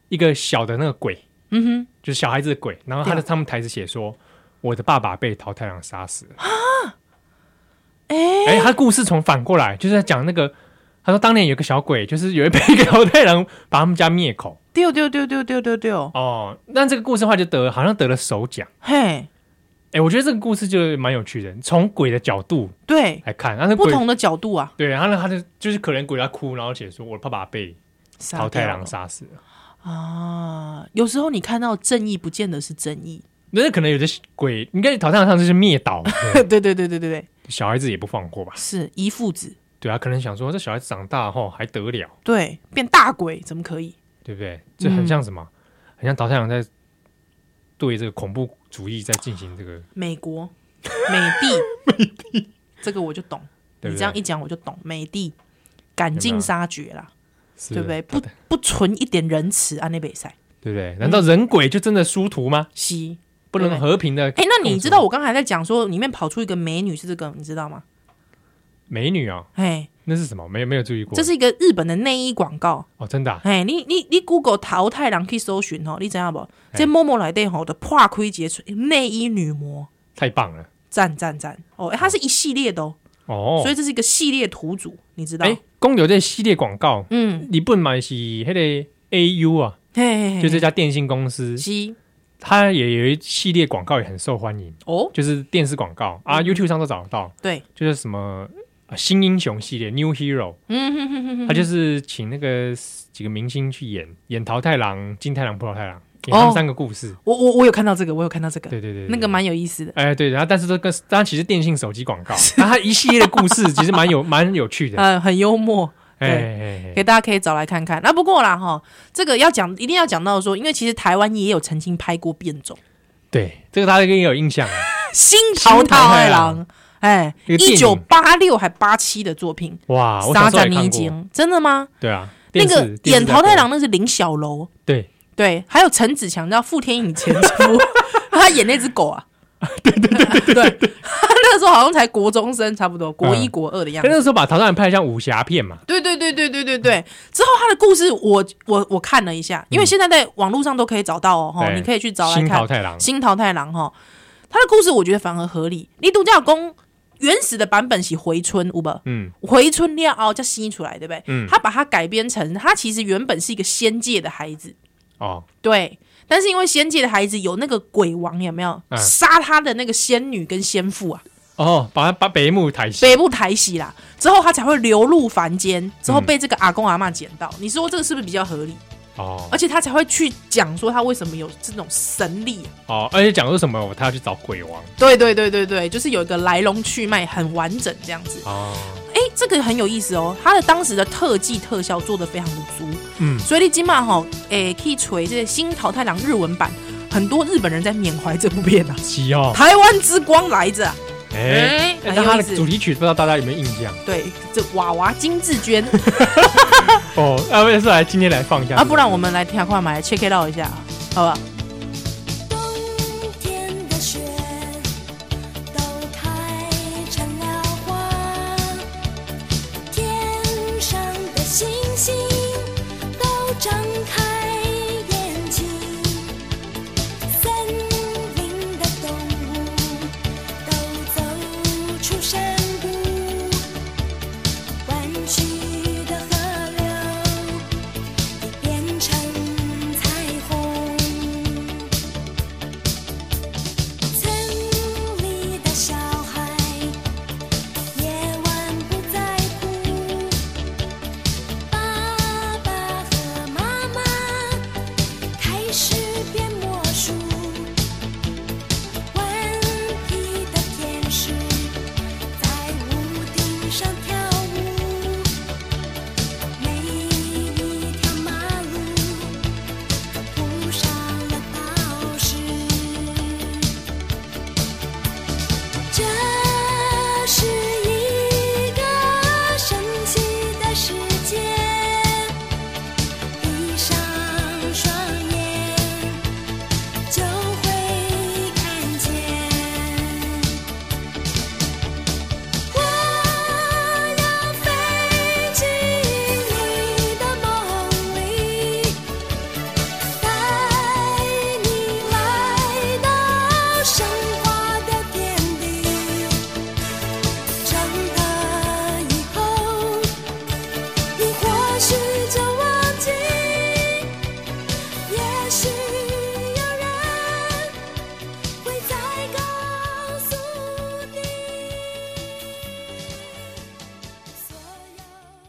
Speaker 1: 一个小的那个鬼，
Speaker 2: 嗯
Speaker 1: 就是小孩子的鬼，然后他的
Speaker 2: 对
Speaker 1: 他们台词写说。我的爸爸被桃太郎杀死了。
Speaker 2: 哼，哎，
Speaker 1: 哎、他故事从反过来，就是在讲那个，他说当年有个小鬼，就是 有一被一个桃太郎把他们家灭口。
Speaker 2: 对对对对对对对，
Speaker 1: 哦，那这个故事的话就得好像得了首奖。
Speaker 2: 嘿，
Speaker 1: 哎、我觉得这个故事就蛮有趣的，从鬼的角度
Speaker 2: 对，
Speaker 1: 来看，那是
Speaker 2: 不
Speaker 1: 鬼
Speaker 2: 同的角度啊，
Speaker 1: 对，然后呢，他就就是可怜鬼他哭，然后写说我的爸爸被
Speaker 2: 杀
Speaker 1: 桃太
Speaker 2: 掉
Speaker 1: 郎
Speaker 2: 了
Speaker 1: 杀死了。
Speaker 2: 啊，有时候你看到正义，不见得是正义。
Speaker 1: 那可能有的鬼，应该桃太郎上就是灭岛，
Speaker 2: 对对对对对对，
Speaker 1: 小孩子也不放过吧？
Speaker 2: 是一父子，
Speaker 1: 对啊，可能想说这小孩子长大后还得了，
Speaker 2: 对，变大鬼怎么可以？
Speaker 1: 对不对？这很
Speaker 2: 嗯
Speaker 1: 像什么？很像桃太郎在对这个恐怖主义在进行这个，
Speaker 2: 美国，美帝， 美帝，这个我就懂。
Speaker 1: 对不对
Speaker 2: 你这样一讲我就懂，美帝赶尽杀绝啦，
Speaker 1: 是
Speaker 2: 对不对？
Speaker 1: 桃
Speaker 2: 不
Speaker 1: 太
Speaker 2: 不存一点仁慈啊，那比赛
Speaker 1: 对不对？难道人鬼就真的殊途吗？
Speaker 2: 西。
Speaker 1: 不能
Speaker 2: 对
Speaker 1: 和平的？
Speaker 2: 哎，那你知道我刚才在讲说里面跑出一个美女是这个，你知道吗？
Speaker 1: 美女啊、
Speaker 2: 哎，
Speaker 1: 那是什么？没有没有注意过？
Speaker 2: 这是一个日本的内衣广告。
Speaker 1: 哦，真的啊、
Speaker 2: 哎，你你你 Google 淘汰人去搜寻哦吼，你知影无？这某某内底吼的破开解内衣女模，
Speaker 1: 太棒了
Speaker 2: 赞赞赞！哦，哎它是一系列的哦，
Speaker 1: 哦！
Speaker 2: 所以这是一个系列图组，你知道？
Speaker 1: 哎，公牛这系列广告，
Speaker 2: 嗯，
Speaker 1: 日本买是那个 AU 啊，
Speaker 2: 嘿嘿嘿，
Speaker 1: 就这家电信公司，
Speaker 2: 是
Speaker 1: 它也有一系列广告也很受欢迎，
Speaker 2: 哦，
Speaker 1: 就是电视广告啊，YouTube 上都找得到，
Speaker 2: 嗯对，
Speaker 1: 就是什么。啊新英雄系列 New Hero，
Speaker 2: 嗯哼哼哼哼，
Speaker 1: 他就是请那个几个明星去演，演桃太郎、金太郎、葡萄太郎，给他
Speaker 2: 哦
Speaker 1: 们三个故事。
Speaker 2: 我我我有看到这个，我有看到这个，
Speaker 1: 对对对，对
Speaker 2: 那个蛮有意思的。
Speaker 1: 哎对，然后但是这个当然其实电信手机广告，然后它一系列的故事其实蛮有 蛮有趣的。
Speaker 2: 呃，很幽默，
Speaker 1: 哎
Speaker 2: 对
Speaker 1: 哎，
Speaker 2: 给
Speaker 1: 哎
Speaker 2: 大家可以找来看看。那不过啦哈，这个要讲一定要讲到说，因为其实台湾也有曾经拍过变种
Speaker 1: 对，这个大家应该有印象啊。
Speaker 2: 新淘淘爱郎
Speaker 1: 新，
Speaker 2: 哎，
Speaker 1: 一个电
Speaker 2: 一
Speaker 1: 影
Speaker 2: 九八六还八七的作品，
Speaker 1: 哇，我小
Speaker 2: 沙
Speaker 1: 时候也
Speaker 2: 展
Speaker 1: 看
Speaker 2: 尼
Speaker 1: 过。
Speaker 2: 经，真的吗？
Speaker 1: 对啊，
Speaker 2: 那
Speaker 1: 电视
Speaker 2: 个
Speaker 1: 电视
Speaker 2: 演
Speaker 1: 在
Speaker 2: 桃太
Speaker 1: 播
Speaker 2: 郎那是林小楼，
Speaker 1: 对
Speaker 2: 对，还有陈子强叫傅天颖前夫， 他演那只 狗啊。对对对对 对他那个时候好像才国中生，差不多国一
Speaker 1: 嗯
Speaker 2: 国二的样
Speaker 1: 但
Speaker 2: 子。
Speaker 1: 那时候把《唐探》拍得像武侠片嘛，
Speaker 2: 对对对对对对对。之后他的故事我，我我看了一下，因为现在在网络上都可以找到哦，哈、
Speaker 1: 嗯对
Speaker 2: 你可以去找来
Speaker 1: 新
Speaker 2: 看
Speaker 1: 桃太郎》
Speaker 2: 新桃太郎哈、他的故事我觉得反而合理。你度假宫原始的版本是回春，有无？
Speaker 1: 嗯，
Speaker 2: 回春了后叫新出来，对不对？
Speaker 1: 嗯
Speaker 2: 他把它改编成，他其实原本是一个仙界的孩子，
Speaker 1: 哦，
Speaker 2: 对。但是因为仙界的孩子有那个鬼王有没有
Speaker 1: 嗯
Speaker 2: 杀他的那个仙女跟仙妇啊，
Speaker 1: 哦，把它把北木抬起，
Speaker 2: 北部台西啦，之后他才会流入凡间，之后被这个阿公阿嬷捡到。你说这个是不是比较合理？
Speaker 1: 哦
Speaker 2: 而且他才会去讲说他为什么有这种神力啊、
Speaker 1: 哦，而且讲说什么，他要去找鬼王
Speaker 2: 对对对对对，就是有一个来龙去脉很完整这样子。
Speaker 1: 哦，
Speaker 2: 哎，这个很有意思哦，他的当时的特技特效做的非常的足，
Speaker 1: 嗯，
Speaker 2: 所以你今嘛吼，哎，可以锤这些新桃太郎日文版，很多日本人在缅怀这部片啊，
Speaker 1: 西哦，
Speaker 2: 台湾之光来着啊、
Speaker 1: 哎，哎
Speaker 2: 很
Speaker 1: 那他
Speaker 2: 有意
Speaker 1: 的
Speaker 2: 思
Speaker 1: 主题曲不知道大家有没有印象？
Speaker 2: 对，这娃娃金志娟
Speaker 1: 哦，啊，不是来今天来放一下啊
Speaker 2: 啊，不然我们来听看看，来 check it out 一下，好吧？